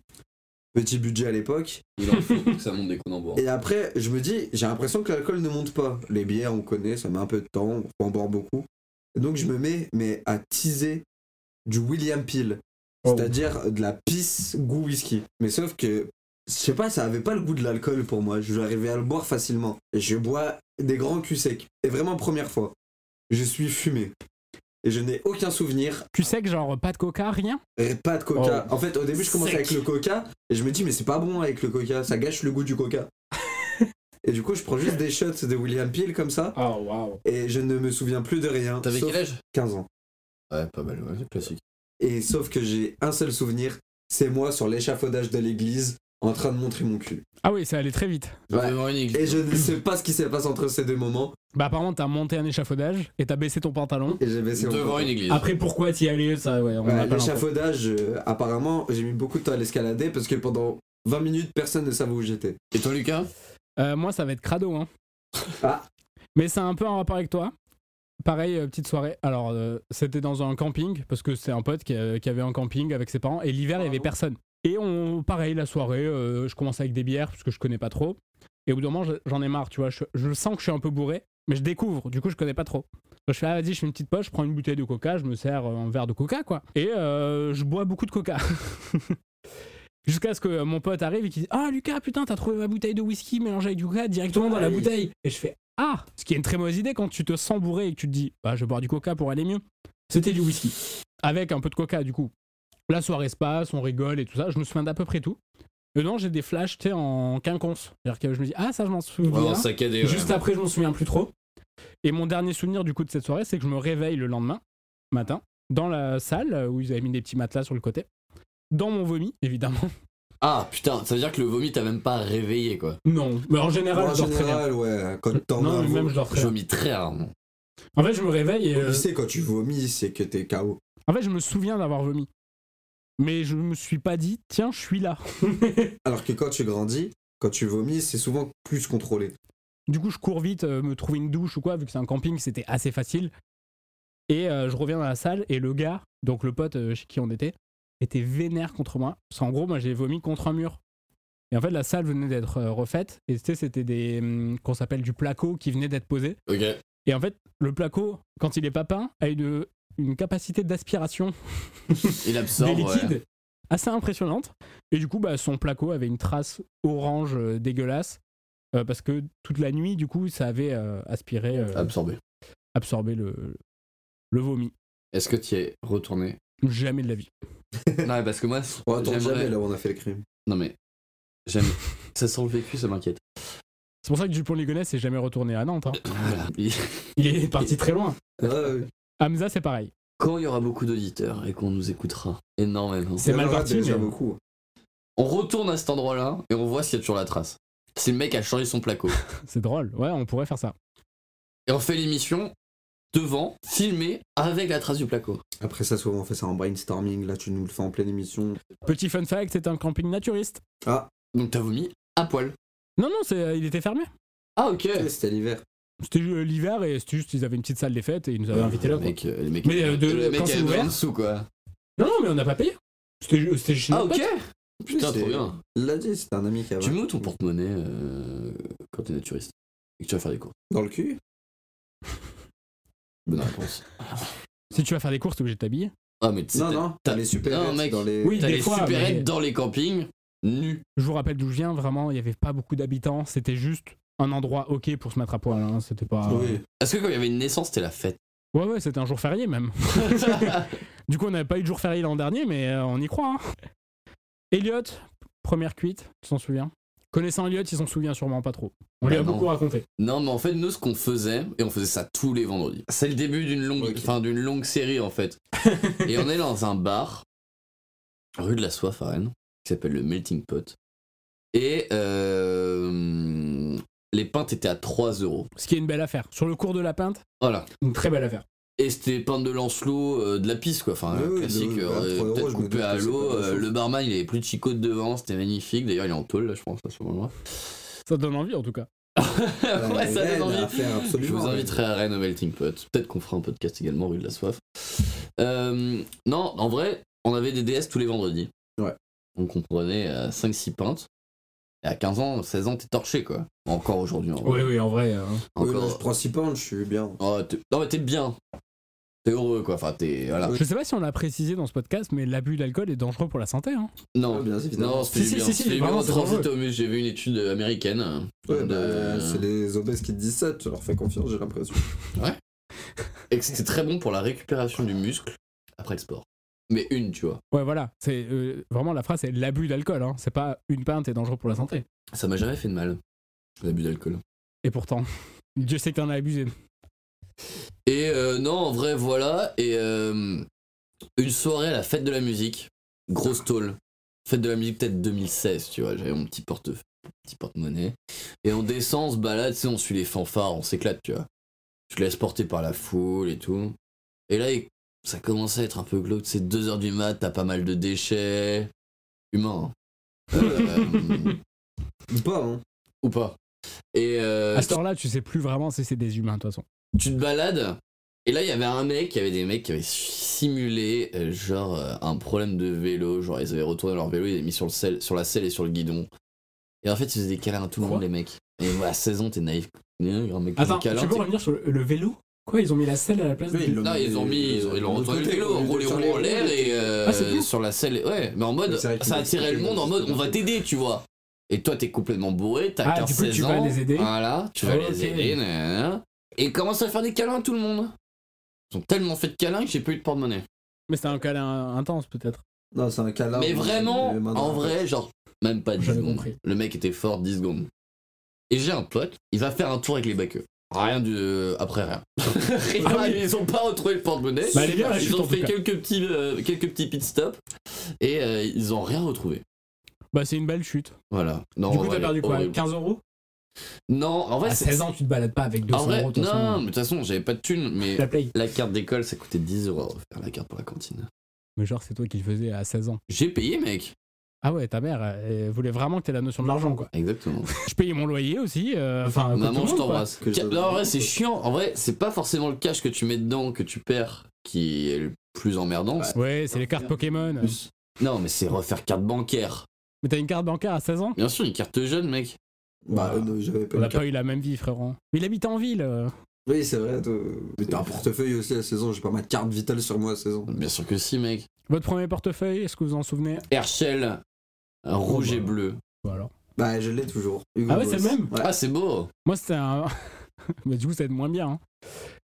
Speaker 2: Petit budget à l'époque.
Speaker 3: Il en faut pour que ça monte des coups d'emboire.
Speaker 2: Et après, je me dis, j'ai l'impression que l'alcool ne monte pas. Les bières, on connaît, ça met un peu de temps, on en boire beaucoup. Et donc, je me mets mais à teaser du William Peel,
Speaker 1: Oh.
Speaker 2: c'est-à-dire de la pisse goût whisky. Mais sauf que, je sais pas, ça avait pas le goût de l'alcool pour moi. Je arrivais à le boire facilement. Et je bois des grands culs secs. Et vraiment, première fois, je suis fumé. Et je n'ai aucun souvenir
Speaker 1: Tu sais que, genre, pas de coca, rien
Speaker 2: et pas de coca.
Speaker 3: Oh.
Speaker 2: En fait, au début, je commençais
Speaker 1: Sec.
Speaker 2: avec le coca et je me dis, mais c'est pas bon avec le coca, ça gâche le goût du coca. et du coup, je prends juste des shots de William Peel comme ça
Speaker 1: Oh, waouh.
Speaker 2: et je ne me souviens plus de rien.
Speaker 3: T'avais
Speaker 2: sauf
Speaker 3: quel âge
Speaker 2: 15 ans.
Speaker 3: Ouais, pas mal, ouais, classique.
Speaker 2: Et sauf que j'ai un seul souvenir, c'est moi sur l'échafaudage de l'église en train de montrer mon cul.
Speaker 1: Ah oui, ça allait très vite.
Speaker 2: Ouais.
Speaker 3: Devant une église.
Speaker 2: Et je ne sais pas ce qui s'est passé entre ces deux moments
Speaker 1: Bah, apparemment, t'as monté un échafaudage et t'as baissé ton pantalon.
Speaker 2: et j'ai baissé mon
Speaker 3: Devant
Speaker 2: pantalon.
Speaker 3: une église.
Speaker 1: Après, pourquoi t'y allais Ça, ouais, on
Speaker 2: Ouais,
Speaker 1: n'a pas l'info.
Speaker 2: L'échafaudage, euh, apparemment, j'ai mis beaucoup de temps à l'escalader parce que pendant 20 minutes, personne ne savait où j'étais.
Speaker 3: Et toi, Lucas
Speaker 1: Euh, moi, ça va être crado. Hein.
Speaker 2: Ah.
Speaker 1: Mais c'est un peu en rapport avec toi. Pareil, euh, petite soirée. Alors, euh, c'était dans un camping, parce que c'est un pote qui, euh, qui avait un camping avec ses parents, et l'hiver, il n'y avait personne. Et on, pareil, la soirée, euh, je commence avec des bières, parce que je connais pas trop. Et au bout d'un moment, je- j'en ai marre, tu vois. Je, je sens que je suis un peu bourré, Mais je découvre, du coup, je connais pas trop. Donc, je fais, ah, vas-y, je fais une petite poche, je prends une bouteille de coca, je me sers euh, un verre de coca, quoi. Et euh, je bois beaucoup de coca. [LAUGHS] Jusqu'à ce que mon pote arrive et qu'il dise Ah, Lucas, putain, t'as trouvé ma bouteille de whisky mélangée avec du coca directement dans la
Speaker 2: Aïe.
Speaker 1: bouteille. Et je fais Ah Ce qui est une très mauvaise idée quand tu te sens bourré et que tu te dis Bah, je vais boire du coca pour aller mieux. C'était du whisky. Avec un peu de coca, du coup. La soirée se passe, on rigole et tout ça. Je me souviens d'à peu près tout. Et non, j'ai des flashs, tu sais, en quinconce. C'est-à-dire que je me dis Ah, ça, je m'en souviens.
Speaker 3: Ouais, en saccadé, ouais.
Speaker 1: Juste après, je m'en souviens plus trop. Et mon dernier souvenir du coup de cette soirée, c'est que je me réveille le lendemain matin dans la salle euh, où ils avaient mis des petits matelas sur le côté, dans mon vomi
Speaker 2: [LAUGHS]
Speaker 1: évidemment.
Speaker 3: Ah putain, ça veut dire que le vomi t'a même pas réveillé quoi.
Speaker 1: Non, mais en général,
Speaker 2: en
Speaker 1: je dors très bien.
Speaker 2: général, ouais, quand t'en as
Speaker 1: Non,
Speaker 2: un
Speaker 1: mais même
Speaker 2: vomi.
Speaker 1: je dors très
Speaker 3: Je
Speaker 1: bien.
Speaker 3: vomis très rarement.
Speaker 1: En fait, je me réveille et
Speaker 2: Au
Speaker 1: euh,
Speaker 2: lycée, quand tu vomis, c'est que t'es KO.
Speaker 1: en fait, je me souviens d'avoir vomi, mais je me suis pas dit tiens, je suis là.
Speaker 2: Alors que quand tu grandis, quand tu vomis, c'est souvent plus contrôlé.
Speaker 1: Du coup, je cours vite, euh, me trouver une douche ou quoi, vu que c'est un camping, c'était assez facile. Et euh, je reviens dans la salle et le gars, donc le pote euh, chez qui on était, était vénère contre moi. Parce qu'en gros, moi, j'ai vomi contre un mur. Et en fait, la salle venait d'être euh, refaite. Et c'était, c'était des. hum, qu'on s'appelle du placo qui venait d'être posé.
Speaker 3: Ok.
Speaker 1: Et en fait, le placo, quand il est pas peint, a une, une capacité d'aspiration
Speaker 3: Il absorbe.
Speaker 1: des
Speaker 3: ouais.
Speaker 1: liquides assez impressionnante. Et du coup, bah, son placo avait une trace orange euh, dégueulasse. euh, parce que toute la nuit, du coup, ça avait euh, aspiré, euh,
Speaker 3: Absorbé.
Speaker 1: absorbé le, le vomi.
Speaker 3: Est-ce que tu es retourné
Speaker 1: Jamais de la vie.
Speaker 3: Non, mais parce que moi,
Speaker 2: On attend
Speaker 3: j'aimerais-
Speaker 2: Oh, jamais là où on a fait le crime.
Speaker 3: Non mais j'aime. [LAUGHS] ça sent le vécu, ça m'inquiète.
Speaker 1: C'est pour ça que Dupont-Ligonnès s'est jamais retourné à
Speaker 3: [COUGHS]
Speaker 1: Nantes. hein.
Speaker 3: [LAUGHS] Voilà. Et
Speaker 1: Il est parti très loin.
Speaker 2: Ouais, ouais.
Speaker 1: Hamza, c'est pareil. [LAUGHS]
Speaker 3: Quand il y aura beaucoup d'auditeurs et qu'on nous écoutera énormément,
Speaker 1: C'est
Speaker 2: Il y en
Speaker 1: mal
Speaker 2: aura
Speaker 1: parti,
Speaker 2: déjà
Speaker 1: mais-
Speaker 2: beaucoup.
Speaker 3: on retourne à cet endroit-là et on voit s'il y a toujours la trace. Si le mec a changé son placo.
Speaker 1: C'est drôle. Ouais, on pourrait faire ça.
Speaker 3: Et on fait l'émission devant, filmé avec la trace du placo.
Speaker 2: Après ça, souvent on fait ça en brainstorming. Là, tu nous le fais en pleine émission.
Speaker 1: Petit fun fact, c'est un camping naturiste.
Speaker 2: Ah,
Speaker 3: Donc t'as vomi à poil.
Speaker 1: Non, non, c'est, euh, il était fermé.
Speaker 3: Ah ok.
Speaker 2: c'était l'hiver.
Speaker 1: C'était euh, l'hiver et c'était juste, ils avaient une petite salle des fêtes et ils nous avaient invités là.
Speaker 3: Le
Speaker 1: quoi.
Speaker 3: mec, euh, le mec,
Speaker 1: Mais, euh, de-
Speaker 3: le mec
Speaker 1: quand c'est
Speaker 3: avait
Speaker 1: ouvert
Speaker 3: 20 sous quoi.
Speaker 1: Non, non, mais on n'a pas payé. C'était, ju- c'était chez
Speaker 3: Ah
Speaker 1: nos
Speaker 3: ok.
Speaker 1: potes.
Speaker 3: Putain,
Speaker 2: C'est-
Speaker 3: trop bien.
Speaker 2: Il l'a dit, c'était un ami qui avait.
Speaker 3: Tu mets où ton porte-monnaie euh, quand t'es naturiste et que tu vas faire des courses
Speaker 2: Dans le cul
Speaker 3: Bonne réponse.
Speaker 1: Si tu vas faire des courses, t'es obligé de t'habiller.
Speaker 3: Ah mais tu sais,
Speaker 2: Non, non,
Speaker 3: t'as-
Speaker 2: t'as les super
Speaker 3: Non, mec.
Speaker 2: dans les.
Speaker 1: Oui,
Speaker 3: T'as
Speaker 1: des
Speaker 3: les
Speaker 1: fois,
Speaker 3: supérettes
Speaker 1: mais-
Speaker 3: dans les campings, nus.
Speaker 1: Je vous rappelle d'où je viens, vraiment, il n'y avait pas beaucoup d'habitants, c'était juste un endroit ok pour se mettre à poil, hein, c'était pas...
Speaker 3: [LAUGHS]
Speaker 2: Oui.
Speaker 3: Est-ce que quand il y avait une naissance, c'était la fête
Speaker 1: Ouais, ouais, c'était un jour férié [LAUGHS] même. Du coup, on n'avait pas eu de jour férié l'an dernier, mais euh, on y croit. Hein. Elliot, première cuite, tu t'en souviens Connaissant Elliot, il s'en souvient sûrement pas trop. On lui
Speaker 3: Bah
Speaker 1: a
Speaker 3: non.
Speaker 1: beaucoup raconté.
Speaker 3: Non, mais en fait, nous, ce qu'on faisait, et on faisait ça tous les vendredis, c'est le début d'une longue,
Speaker 2: Ok.
Speaker 3: enfin, d'une longue série,
Speaker 2: [LAUGHS]
Speaker 3: en fait. et on est dans un bar, rue de la Soif à Rennes, qui s'appelle le Melting Pot. Et euh, les pintes étaient à 3 euros.
Speaker 1: Ce qui est une belle affaire. Sur le cours de la pinte,
Speaker 3: Voilà.
Speaker 1: une très belle affaire.
Speaker 3: Et c'était pintes de Lancelot, euh, de la piste, quoi. Enfin,
Speaker 2: Oui,
Speaker 3: euh,
Speaker 2: oui,
Speaker 3: classique,
Speaker 2: de-
Speaker 3: euh,
Speaker 2: à 3 euros,
Speaker 3: peut-être
Speaker 2: je me
Speaker 3: coupé
Speaker 2: doute
Speaker 3: à
Speaker 2: que c'est
Speaker 3: l'eau.
Speaker 2: pas
Speaker 3: euh,
Speaker 2: grand-chose.
Speaker 3: le barman, il avait plus de chicots devant, c'était magnifique. D'ailleurs, il est en tôle, là, je pense, à ce moment-là.
Speaker 1: Ça te donne envie en tout cas.
Speaker 3: [LAUGHS] ouais, ça donne envie. Je vous
Speaker 2: inviterai.
Speaker 3: inviterai à Rennes au Melting Pot. Peut-être qu'on fera un podcast également rue de la soif. Euh, non, en vrai, on avait des DS tous les vendredis.
Speaker 2: Ouais.
Speaker 3: Donc on prenait 5-6 pintes. Et à 15 ans, 16 ans, t'es torché quoi. Encore aujourd'hui. En vrai.
Speaker 1: Oui, oui, en vrai. hein.
Speaker 2: je
Speaker 3: Encore.
Speaker 2: prends 6 pounds, je suis bien.
Speaker 3: Oh, t'es- non, mais t'es bien. T'es heureux quoi. Enfin, t'es. Voilà.
Speaker 1: Je sais pas si on l'a précisé dans ce podcast, mais l'abus d'alcool est dangereux pour la santé. Hein.
Speaker 3: Non.
Speaker 2: Ouais, bien évidemment.
Speaker 3: Non,
Speaker 1: Si,
Speaker 3: c'était
Speaker 1: si,
Speaker 3: bien.
Speaker 1: si, si,
Speaker 3: C'était bien
Speaker 1: vraiment,
Speaker 3: en
Speaker 1: c'est
Speaker 3: transit
Speaker 1: dangereux.
Speaker 3: au musée. J'ai vu une étude américaine. euh,
Speaker 2: Ouais,
Speaker 3: de-
Speaker 2: bah, c'est les obèses qui te disent ça, tu leur fais confiance, j'ai l'impression.
Speaker 3: Et que c'était très bon pour la récupération du muscle après le sport. Mais une, tu vois.
Speaker 1: Ouais, voilà. C'est euh, vraiment la phrase, c'est l'abus d'alcool. Hein. C'est pas une pinte est dangereux pour la santé.
Speaker 3: Ça m'a jamais fait de mal. L'abus d'alcool.
Speaker 1: Et pourtant, [LAUGHS] Dieu sait que t'en as abusé.
Speaker 3: Et euh, non, en vrai, voilà. Et euh, une soirée à la fête de la musique, grosse tôle. Fête de la musique, peut-être 2016, tu vois. J'avais mon petit porte petit porte-monnaie. Et on descend, on se balade, tu sais, on suit les fanfares, on s'éclate, tu vois. Tu te laisses porter par la foule et tout. Et là, il- ça commençait à être un peu glauque. C'est 2h du mat, t'as pas mal de déchets. Humains. hein. Euh,
Speaker 2: Ou pas, hein.
Speaker 3: ou pas. Et euh,
Speaker 1: à cette heure-là, tu sais plus vraiment si c'est des humains, de toute façon.
Speaker 3: tu te balades et là il y avait un mec, il y avait des mecs qui avaient simulé euh, genre euh, un problème de vélo, genre ils avaient retourné leur vélo, ils avaient mis sur le selle, sur la selle et sur le guidon. Et en fait, ils faisaient des câlins à tout le
Speaker 4: Quoi
Speaker 3: monde, les mecs. Et moi, à 16 ans, t'es naïf. Un grand mec qui
Speaker 4: Attends,
Speaker 3: fait des câlins,
Speaker 4: tu peux
Speaker 3: t'es-
Speaker 4: revenir sur le, le vélo Quoi, ils ont mis la selle à la place
Speaker 2: Oui,
Speaker 4: des-
Speaker 2: ils l'ont
Speaker 3: Non, ils
Speaker 2: euh,
Speaker 3: ont mis, ils ont, ils ont retourné le vélo, roulé roulé en l'air et euh,
Speaker 4: Ah, c'est bien.
Speaker 3: sur la selle. Ouais, mais en mode,
Speaker 2: Mais c'est vrai qu'ils
Speaker 3: ça
Speaker 2: ont
Speaker 3: attirait le
Speaker 2: expliqué
Speaker 3: monde en
Speaker 2: dans
Speaker 3: mode,
Speaker 2: cette
Speaker 3: on va t'aider, tu vois. Et toi, t'es complètement bourré, t'as
Speaker 1: Ah,
Speaker 3: 15
Speaker 1: du coup,
Speaker 3: 16
Speaker 1: tu
Speaker 3: ans.
Speaker 1: vas les aider
Speaker 3: Voilà, tu vas
Speaker 1: Ok.
Speaker 3: les aider. nanana. Et commence à faire des câlins à tout le monde. Ils ont tellement fait de câlins que j'ai plus eu de porte-monnaie.
Speaker 1: Mais c'était un câlin intense peut-être.
Speaker 2: Non, c'est un câlin.
Speaker 3: Mais
Speaker 2: où
Speaker 3: vraiment,
Speaker 2: les mains dans
Speaker 3: en
Speaker 2: la
Speaker 3: vrai, genre, même pas 10
Speaker 1: J'avais
Speaker 3: secondes.
Speaker 1: compris.
Speaker 3: Le mec était fort 10 secondes. Et j'ai un pote, il va faire un tour avec les baqueux. Rien de. Après rien. [LAUGHS] ils,
Speaker 1: Ah oui.
Speaker 3: ils ont pas retrouvé le porte-monnaie.
Speaker 1: Bah, les gars, la chute,
Speaker 3: ils
Speaker 1: en
Speaker 3: ont
Speaker 1: tout
Speaker 3: fait
Speaker 1: cas.
Speaker 3: quelques petits, euh, quelques petits pit stops et euh, ils ont rien retrouvé.
Speaker 1: Bah c'est une belle chute.
Speaker 3: Voilà. Non,
Speaker 1: du
Speaker 3: en
Speaker 1: coup
Speaker 3: vrai,
Speaker 1: t'as perdu quoi
Speaker 3: horrible.
Speaker 1: 15 euros
Speaker 3: Non, en vrai,
Speaker 1: À
Speaker 3: c'est.
Speaker 1: 16 ans tu te balades pas avec
Speaker 3: En
Speaker 1: 200
Speaker 3: vrai,
Speaker 1: euros. de toute façon.
Speaker 3: non, mais de toute façon, j'avais pas de thunes, mais
Speaker 1: La play.
Speaker 3: la carte d'école, ça coûtait 10 euros à refaire, la carte pour la cantine.
Speaker 1: Mais genre c'est toi qui le faisais à 16 ans.
Speaker 3: J'ai payé, mec.
Speaker 1: Ah ouais ta mère elle voulait vraiment que t'aies la notion de l'argent quoi.
Speaker 3: Exactement.
Speaker 1: Je payais mon loyer aussi. euh, Enfin comme tout
Speaker 3: Maman,
Speaker 1: le
Speaker 3: je
Speaker 1: monde, quoi.
Speaker 3: t'embrasse.
Speaker 2: Que je
Speaker 3: Ca-
Speaker 2: te-
Speaker 3: Non, en vrai, c'est chiant. En vrai, c'est pas forcément le cash que tu mets dedans que tu perds qui est le plus emmerdant.
Speaker 1: Ouais c'est les cartes Pokémon.
Speaker 3: C'est- Non, mais c'est refaire carte bancaire.
Speaker 1: Mais t'as une carte bancaire à 16 ans
Speaker 3: Bien sûr, une carte jeune, mec.
Speaker 2: Bah, euh, non, j'avais pas
Speaker 1: On
Speaker 2: une
Speaker 1: n'a
Speaker 2: carte.
Speaker 1: pas eu la même vie frérot. Mais il habite en ville. euh.
Speaker 2: Oui, c'est vrai. toi. Mais t'as un portefeuille aussi à 16 ans. J'ai pas ma carte vitale sur moi à 16 ans.
Speaker 3: Bien sûr que si, mec.
Speaker 1: Votre premier portefeuille est-ce que vous en souvenez
Speaker 3: Herschel, un rouge et
Speaker 1: bah.
Speaker 3: bleu.
Speaker 1: Ou alors
Speaker 2: Bah, je l'ai toujours. Hugo
Speaker 1: Ah ouais, c'est
Speaker 2: Boss.
Speaker 1: le même
Speaker 2: Ouais.
Speaker 3: Ah, c'est beau.
Speaker 1: Moi, c'était un. [LAUGHS] Mais du coup, ça aide moins bien. hein.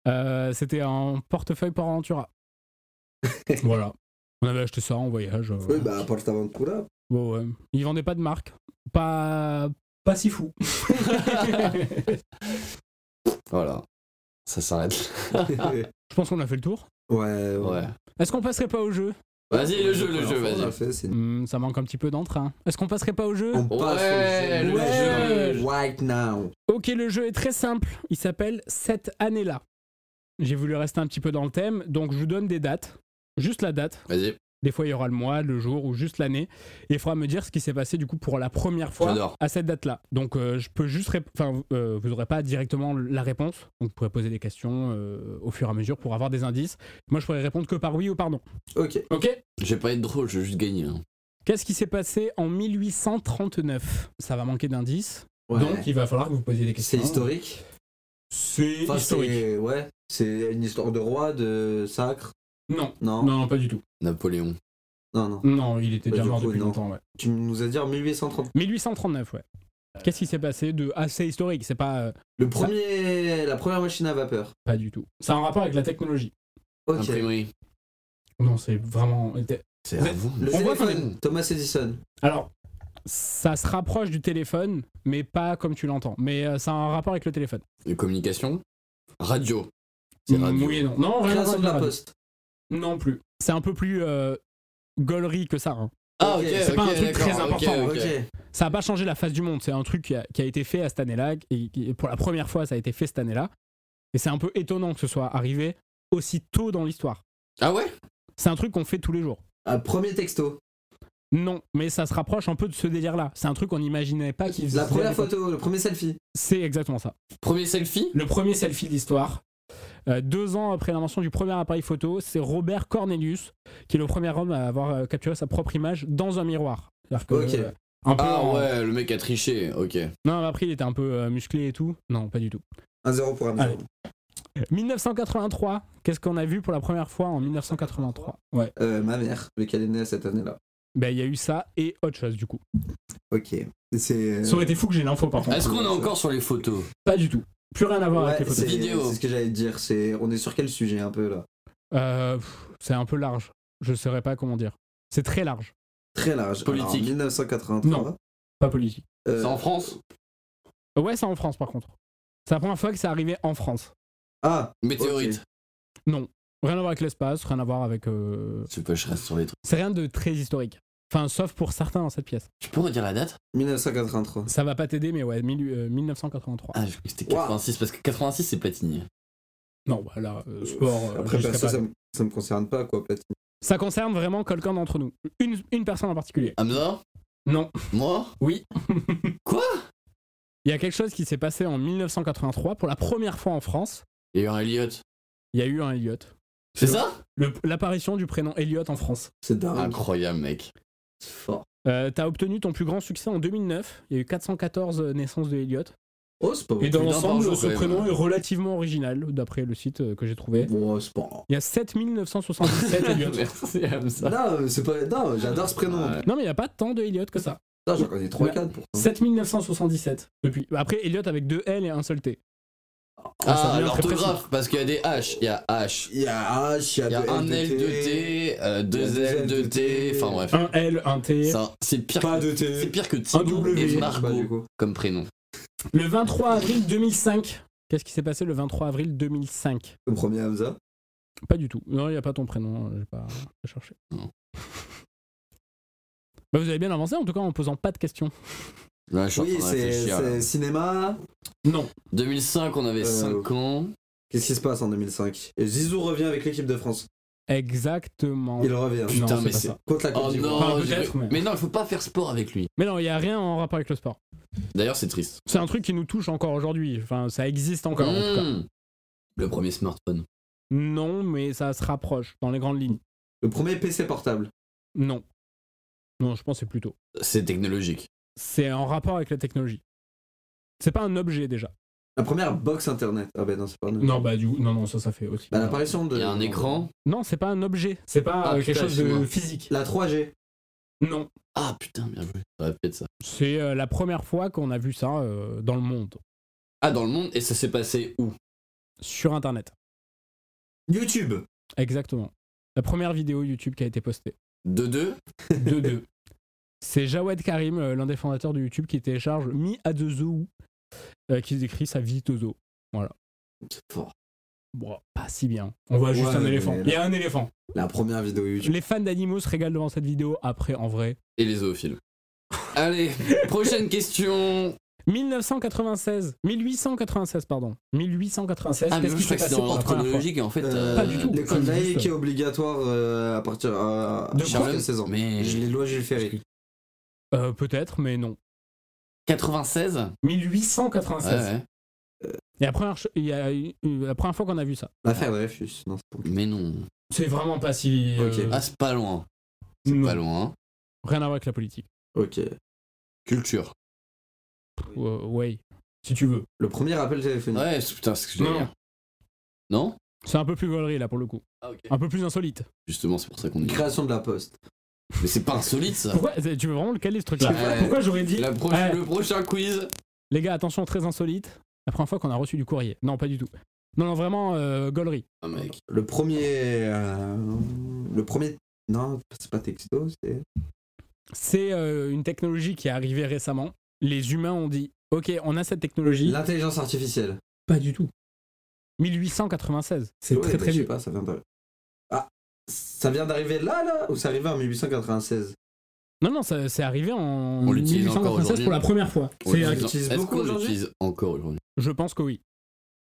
Speaker 1: Euh, c'était un portefeuille pour Aventura. voilà. On avait acheté ça en voyage. euh,
Speaker 2: Oui,
Speaker 1: voilà.
Speaker 2: bah, Portaventura.
Speaker 3: [LAUGHS]
Speaker 1: Bon, ouais. Ils vendaient pas de marque. Pas. Pas si fou. [LAUGHS] Je
Speaker 3: Voilà. Ça s'arrête.
Speaker 2: ouais,
Speaker 1: pense qu'on a fait le tour.
Speaker 2: ouais.
Speaker 3: Ouais.
Speaker 1: Est-ce qu'on passerait pas au jeu
Speaker 3: Vas-y, le jeu,
Speaker 2: La
Speaker 3: le jeu,
Speaker 2: première fois, on l'a
Speaker 3: vas-y.
Speaker 2: fait, c'est-
Speaker 1: Hum, Ça manque un petit peu d'entrain. Est-ce qu'on passerait pas au jeu
Speaker 2: On passe
Speaker 3: Ouais,
Speaker 2: au
Speaker 3: le
Speaker 2: jeu.
Speaker 1: Ouais.
Speaker 3: jeu.
Speaker 2: Right now.
Speaker 1: Ok, le jeu est très simple. Il s'appelle Cette année-là. J'ai voulu rester un petit peu dans le thème, donc je vous donne des dates. Juste la date.
Speaker 3: Vas-y,
Speaker 1: Des fois, il y aura le mois, le jour ou juste l'année. Et il faudra me dire ce qui s'est passé du coup pour la première fois
Speaker 3: J'adore.
Speaker 1: à cette date-là. Donc, euh, je peux juste. rép- Enfin, euh, vous n'aurez pas directement la réponse. Donc, vous pourrez poser des questions euh, au fur et à mesure pour avoir des indices. Moi, je pourrais répondre que par oui ou par non.
Speaker 2: Ok.
Speaker 1: Ok
Speaker 3: je vais pas être drôle, je vais juste gagner. hein.
Speaker 1: Qu'est-ce qui s'est passé en 1839 Ça va manquer d'indices.
Speaker 2: Ouais.
Speaker 1: Donc, il va falloir que vous posiez des
Speaker 2: c'est
Speaker 1: questions.
Speaker 2: historique.
Speaker 1: C'est
Speaker 2: Enfin,
Speaker 1: historique.
Speaker 2: c'est- Ouais. C'est une histoire de roi, de sacre.
Speaker 1: Non.
Speaker 2: Non.
Speaker 1: non, non, pas du tout.
Speaker 3: Napoléon.
Speaker 2: Non, non.
Speaker 1: Non, il était
Speaker 2: Bah,
Speaker 1: déjà
Speaker 2: du
Speaker 1: mort
Speaker 2: coup,
Speaker 1: depuis
Speaker 2: non.
Speaker 1: longtemps. ouais.
Speaker 2: Tu nous as dit en 1830.
Speaker 1: 1839, ouais.
Speaker 2: Euh.
Speaker 1: Qu'est-ce qui s'est passé de assez historique C'est pas. euh,
Speaker 2: Le premier, la première machine à vapeur.
Speaker 1: pas du tout. Ça a un rapport avec la technologie.
Speaker 2: Ok.
Speaker 3: Imprimerie.
Speaker 1: Non, c'est vraiment.
Speaker 3: C'est
Speaker 1: Mais-
Speaker 3: avant.
Speaker 2: Le
Speaker 1: On voit
Speaker 2: téléphone,
Speaker 1: quand
Speaker 2: Thomas Edison.
Speaker 1: Alors, ça se rapproche du téléphone, mais pas comme tu l'entends. Mais euh, ça a un rapport avec le téléphone.
Speaker 3: Les communications. Radio. C'est
Speaker 1: Mm,
Speaker 3: radio.
Speaker 1: Oui et non. Non, rien à voir
Speaker 2: Création
Speaker 1: avec
Speaker 2: de la
Speaker 1: radio.
Speaker 2: poste.
Speaker 1: Non plus. C'est un peu plus euh, gaulerie que ça. hein.
Speaker 3: Ah, ok,
Speaker 2: Ok, c'est
Speaker 1: pas un
Speaker 3: ok,
Speaker 1: truc très
Speaker 3: d'accord, ok,
Speaker 1: important,
Speaker 3: Ah, ok.
Speaker 1: Ça n'a pas changé la face du monde. C'est un truc qui a, qui a été fait à cette année-là. Et, qui- pour la première fois, ça a été fait cette année-là. Et c'est un peu étonnant que ce soit arrivé aussi tôt dans l'histoire.
Speaker 3: Ah ouais
Speaker 1: C'est un truc qu'on fait tous les jours.
Speaker 2: Ah, premier texto.
Speaker 1: Non, mais ça se rapproche un peu de ce délire-là. C'est un truc qu'on n'imaginait pas qu'ils
Speaker 2: La
Speaker 1: faisaient à
Speaker 2: première
Speaker 1: l'époque.
Speaker 2: photo, le premier selfie.
Speaker 1: C'est exactement ça.
Speaker 3: Premier selfie
Speaker 1: Le premier selfie de l'histoire. Euh, deux ans après l'invention du premier appareil photo, c'est Robert Cornelius qui est le premier homme à avoir euh, capturé sa propre image dans un miroir. C'est-à-dire que,
Speaker 2: Ok.
Speaker 1: euh, un peu
Speaker 3: Ah
Speaker 1: en-
Speaker 3: ouais, le mec a triché, ok.
Speaker 1: Non, mais après il était un peu euh, musclé et tout. Non, pas du tout.
Speaker 2: 1-0 pour Amazon.
Speaker 1: Allez. 1983. Qu'est-ce qu'on a vu pour la première fois en 1983 Ouais.
Speaker 2: Euh, ma mère, vu qu'elle est née à cette année-là.
Speaker 1: Ben il y a eu ça et autre chose du coup.
Speaker 2: Ok. C'est. euh,
Speaker 1: Ça aurait été fou que j'ai l'info par
Speaker 2: Ah,
Speaker 1: contre.
Speaker 3: Est-ce qu'on est encore sur les photos
Speaker 1: Pas du tout. Plus rien à voir
Speaker 2: Ouais,
Speaker 1: avec les
Speaker 2: c'est
Speaker 1: photos.
Speaker 3: Vidéo.
Speaker 2: c'est ce que j'allais te dire. C'est. On est sur quel sujet un peu là
Speaker 1: Euh, pff, C'est un peu large. Je saurais pas comment dire. C'est très large.
Speaker 2: Très large.
Speaker 3: Politique.
Speaker 2: Alors, 1983.
Speaker 1: Non. Pas politique.
Speaker 2: Euh,
Speaker 3: C'est en France
Speaker 1: Ouais, c'est en France par contre. C'est la première fois que ça arrivait en France.
Speaker 2: Ah.
Speaker 3: Météorite.
Speaker 2: ok.
Speaker 1: Rien à voir avec l'espace, rien à voir avec. euh,
Speaker 3: Je sais pas, je reste sur les trucs.
Speaker 1: C'est rien de très historique. Enfin, sauf pour certains dans cette pièce.
Speaker 3: Tu peux redire la date
Speaker 2: 1983.
Speaker 1: Ça va pas t'aider, mais ouais, mille- euh, 1983.
Speaker 3: Ah, je crois que c'était
Speaker 2: Waouh.
Speaker 3: 86, parce que 86 c'est Platini.
Speaker 1: Non, bah là, euh, sport. euh,
Speaker 2: Après,
Speaker 1: je serais
Speaker 2: perso,
Speaker 1: pas-
Speaker 2: ça me, ça me concerne pas quoi. Platine.
Speaker 1: Ça concerne vraiment quelqu'un d'entre nous. Une, une personne en particulier.
Speaker 3: Hamza
Speaker 1: Non.
Speaker 3: Moi
Speaker 1: [LAUGHS] Oui.
Speaker 3: Quoi
Speaker 1: Il y a quelque chose qui s'est passé en 1983 pour la première fois en France.
Speaker 3: Il y a eu un Elliot.
Speaker 1: Il y a eu un Elliot.
Speaker 3: C'est ça
Speaker 1: Le- L'apparition du prénom Elliot en France.
Speaker 3: Ah,
Speaker 2: C'est dingue.
Speaker 3: Incroyable, mec.
Speaker 2: C'est fort.
Speaker 1: Euh, T'as obtenu ton plus grand succès en 2009. Il y a eu 414 naissances de Elliot.
Speaker 2: Oh, c'est pas
Speaker 1: Et dans
Speaker 3: Plus d'un par
Speaker 1: l'ensemble,
Speaker 3: jour,
Speaker 1: ce
Speaker 3: quand même.
Speaker 1: prénom est relativement original, d'après le site euh, que j'ai trouvé.
Speaker 2: Bon, c'est pas.
Speaker 1: Il y a [LAUGHS] 7977 Elliot.
Speaker 3: Merci Hamza.
Speaker 2: Non, c'est pas. Non, j'adore ce prénom.
Speaker 3: Ouais.
Speaker 1: Non, mais il n'y a pas tant de Elliot que ça.
Speaker 2: Putain, j'en connais 3-4 pour ça.
Speaker 4: 7977.
Speaker 1: Depuis. Après, Elliot avec deux L et un seul T. ça
Speaker 3: Ah,
Speaker 1: devient très
Speaker 3: l'orthographe, parce qu'il y a des H. Il y a H.
Speaker 2: Il y a H, il y a,
Speaker 3: Il y a un L, deux T, euh, deux
Speaker 2: Il y a
Speaker 3: L, deux T. Enfin bref.
Speaker 1: Un L, un T.
Speaker 3: Ça, C'est pire,
Speaker 2: Pas
Speaker 3: que-
Speaker 2: de T.
Speaker 3: c'est pire que
Speaker 2: Un
Speaker 3: Thibaut
Speaker 2: W.
Speaker 3: et
Speaker 2: Bah,
Speaker 3: Margot
Speaker 2: du coup.
Speaker 3: comme prénom.
Speaker 1: Le 23 avril 2005. Qu'est-ce qui s'est passé le 23 avril 2005
Speaker 2: Le premier Hamza.
Speaker 1: Pas du tout. Non, il n'y a pas ton prénom. euh, J'ai pas pas cherché.
Speaker 3: Non.
Speaker 1: [LAUGHS] Bah, vous avez bien avancé, en tout cas en posant pas de questions.
Speaker 3: Là, je suis en
Speaker 2: Oui,
Speaker 3: train de
Speaker 2: c'est
Speaker 3: réfléchir, là.
Speaker 2: c'est cinéma.
Speaker 1: Non.
Speaker 3: 2005, on avait
Speaker 2: Euh,
Speaker 3: 5 ans.
Speaker 2: Qu'est-ce qui se passe en 2005 Et Zizou revient avec l'équipe de France.
Speaker 1: Exactement.
Speaker 2: Il revient.
Speaker 1: Non,
Speaker 3: Putain, mais
Speaker 1: pas
Speaker 3: c'est-
Speaker 1: ça.
Speaker 2: Contre la Côte
Speaker 3: Oh
Speaker 2: d'Ivoire.
Speaker 1: Enfin,
Speaker 3: non, j'ai-
Speaker 1: peut-être, mais-
Speaker 3: mais non, il faut pas faire sport avec lui.
Speaker 1: Mais non, il n'y a rien en rapport avec le sport.
Speaker 3: D'ailleurs, c'est triste.
Speaker 1: C'est un truc qui nous touche encore aujourd'hui. Enfin, ça existe encore, en tout cas.
Speaker 3: Mmh. Le premier smartphone.
Speaker 1: Non, mais ça se rapproche dans les grandes lignes.
Speaker 2: Le premier PC portable.
Speaker 1: Non. Non, je pense que c'est plutôt.
Speaker 3: C'est technologique.
Speaker 1: C'est en rapport avec la technologie. C'est pas un objet déjà.
Speaker 2: La première box internet. Ah ben non, c'est pas nous.
Speaker 4: Non, bah,
Speaker 1: du non non ça ça fait aussi.
Speaker 2: Bah, l'apparition de.
Speaker 3: Il y a un écran.
Speaker 1: Non, c'est pas un objet.
Speaker 4: c'est pas
Speaker 3: Ah,
Speaker 4: euh, quelque
Speaker 3: putain,
Speaker 4: chose de
Speaker 3: excuse-moi.
Speaker 4: physique.
Speaker 2: La 3G.
Speaker 1: Non,
Speaker 3: Ah putain, bien joué. Ça répète ça.
Speaker 1: c'est euh, la première fois qu'on a vu ça euh, dans le monde
Speaker 3: Ah, dans le monde, et ça s'est passé où
Speaker 1: sur internet.
Speaker 2: YouTube.
Speaker 1: Exactement. La première vidéo YouTube qui a été
Speaker 3: [LAUGHS]
Speaker 1: postée.
Speaker 3: 2-2
Speaker 1: De deux. C'est Jawed Karim, euh, l'un des fondateurs de YouTube, qui télécharge Mi à deux zoo, euh, qui décrit sa visite au zoo.
Speaker 3: C'est fort.
Speaker 1: Bon, pas si bien. On voit juste
Speaker 2: Ouais,
Speaker 1: un éléphant.
Speaker 2: mais-
Speaker 1: Il y a un éléphant.
Speaker 2: La première vidéo YouTube.
Speaker 1: Les fans d'animaux se régalent devant cette vidéo. Après, en vrai,
Speaker 3: Et les zoophiles.
Speaker 1: [LAUGHS]
Speaker 3: Allez, prochaine question.
Speaker 1: 1996, 1896 pardon, 1896.
Speaker 3: Ah, mais
Speaker 1: Qu'est-ce
Speaker 3: moi,
Speaker 1: qui
Speaker 3: je
Speaker 1: s'est
Speaker 3: crois que c'est
Speaker 1: passé
Speaker 3: dans
Speaker 1: pour la
Speaker 3: l'ordre
Speaker 1: première fois
Speaker 3: chronologique, et en fait.
Speaker 2: Euh,
Speaker 1: Pas du tout.
Speaker 2: L'école
Speaker 1: Enfin,
Speaker 2: laïque
Speaker 1: juste-
Speaker 2: est obligatoire euh, à partir à,
Speaker 1: De
Speaker 2: à
Speaker 1: quoi
Speaker 2: partir de 16 ans.
Speaker 3: Mais.
Speaker 2: Je les lois Jules Ferry.
Speaker 1: Euh, Peut-être, mais non.
Speaker 3: 96 Ouais,
Speaker 4: 1896.
Speaker 3: ouais.
Speaker 1: Et la première, ch- il y a eu- la première fois qu'on a vu ça.
Speaker 2: L'affaire Dreyfus. Non, c'est pas-
Speaker 3: Mais non.
Speaker 1: C'est vraiment pas si. euh,
Speaker 2: Ok.
Speaker 3: Ah, c'est pas loin.
Speaker 1: non.
Speaker 3: Pas loin.
Speaker 1: Rien à voir avec la politique.
Speaker 2: Ok.
Speaker 3: Culture.
Speaker 1: Euh, ouais, si tu veux.
Speaker 2: Le premier appel téléphonique.
Speaker 3: Ouais, c'est- putain, c'est ce que je voulais
Speaker 1: Non.
Speaker 3: dire. Non
Speaker 1: C'est un peu plus gaulerie là pour le coup.
Speaker 3: Ah, ok.
Speaker 1: Un peu plus insolite.
Speaker 3: Justement, c'est pour ça qu'on est.
Speaker 2: Création de la poste.
Speaker 3: Mais c'est pas
Speaker 1: [LAUGHS]
Speaker 3: insolite ça.
Speaker 1: Pourquoi Tu veux vraiment le caler ce truc là
Speaker 3: Bah, ouais.
Speaker 4: Pourquoi j'aurais dit
Speaker 3: La pro-
Speaker 1: Ouais.
Speaker 3: Le prochain quiz.
Speaker 1: Les gars, attention, très insolite. La première fois qu'on a reçu du courrier. Non, pas du tout. Non, non, vraiment euh, gaulerie.
Speaker 3: Ah, mec.
Speaker 2: Le premier. euh, le premier. Non, c'est pas texto, c'est.
Speaker 1: C'est euh, une technologie qui est arrivée récemment. Les humains ont dit Ok, on a cette technologie.
Speaker 2: L'intelligence artificielle.
Speaker 1: Pas du tout. 1896. C'est
Speaker 2: Ouais,
Speaker 1: très
Speaker 2: bah,
Speaker 1: très
Speaker 2: je sais
Speaker 1: vieux.
Speaker 2: pas, ça vient de- Ah, ça vient d'arriver là, là Ou ça arrivait en 1896
Speaker 1: Non, non, ça- c'est arrivé en
Speaker 3: On l'utilise encore
Speaker 1: 1896
Speaker 3: aujourd'hui.
Speaker 1: pour la première fois. C'est-
Speaker 2: on
Speaker 1: euh,
Speaker 2: l'utilise
Speaker 3: Est-ce
Speaker 2: beaucoup
Speaker 3: qu'on
Speaker 2: aujourd'hui
Speaker 3: l'utilise encore aujourd'hui
Speaker 1: je pense que oui.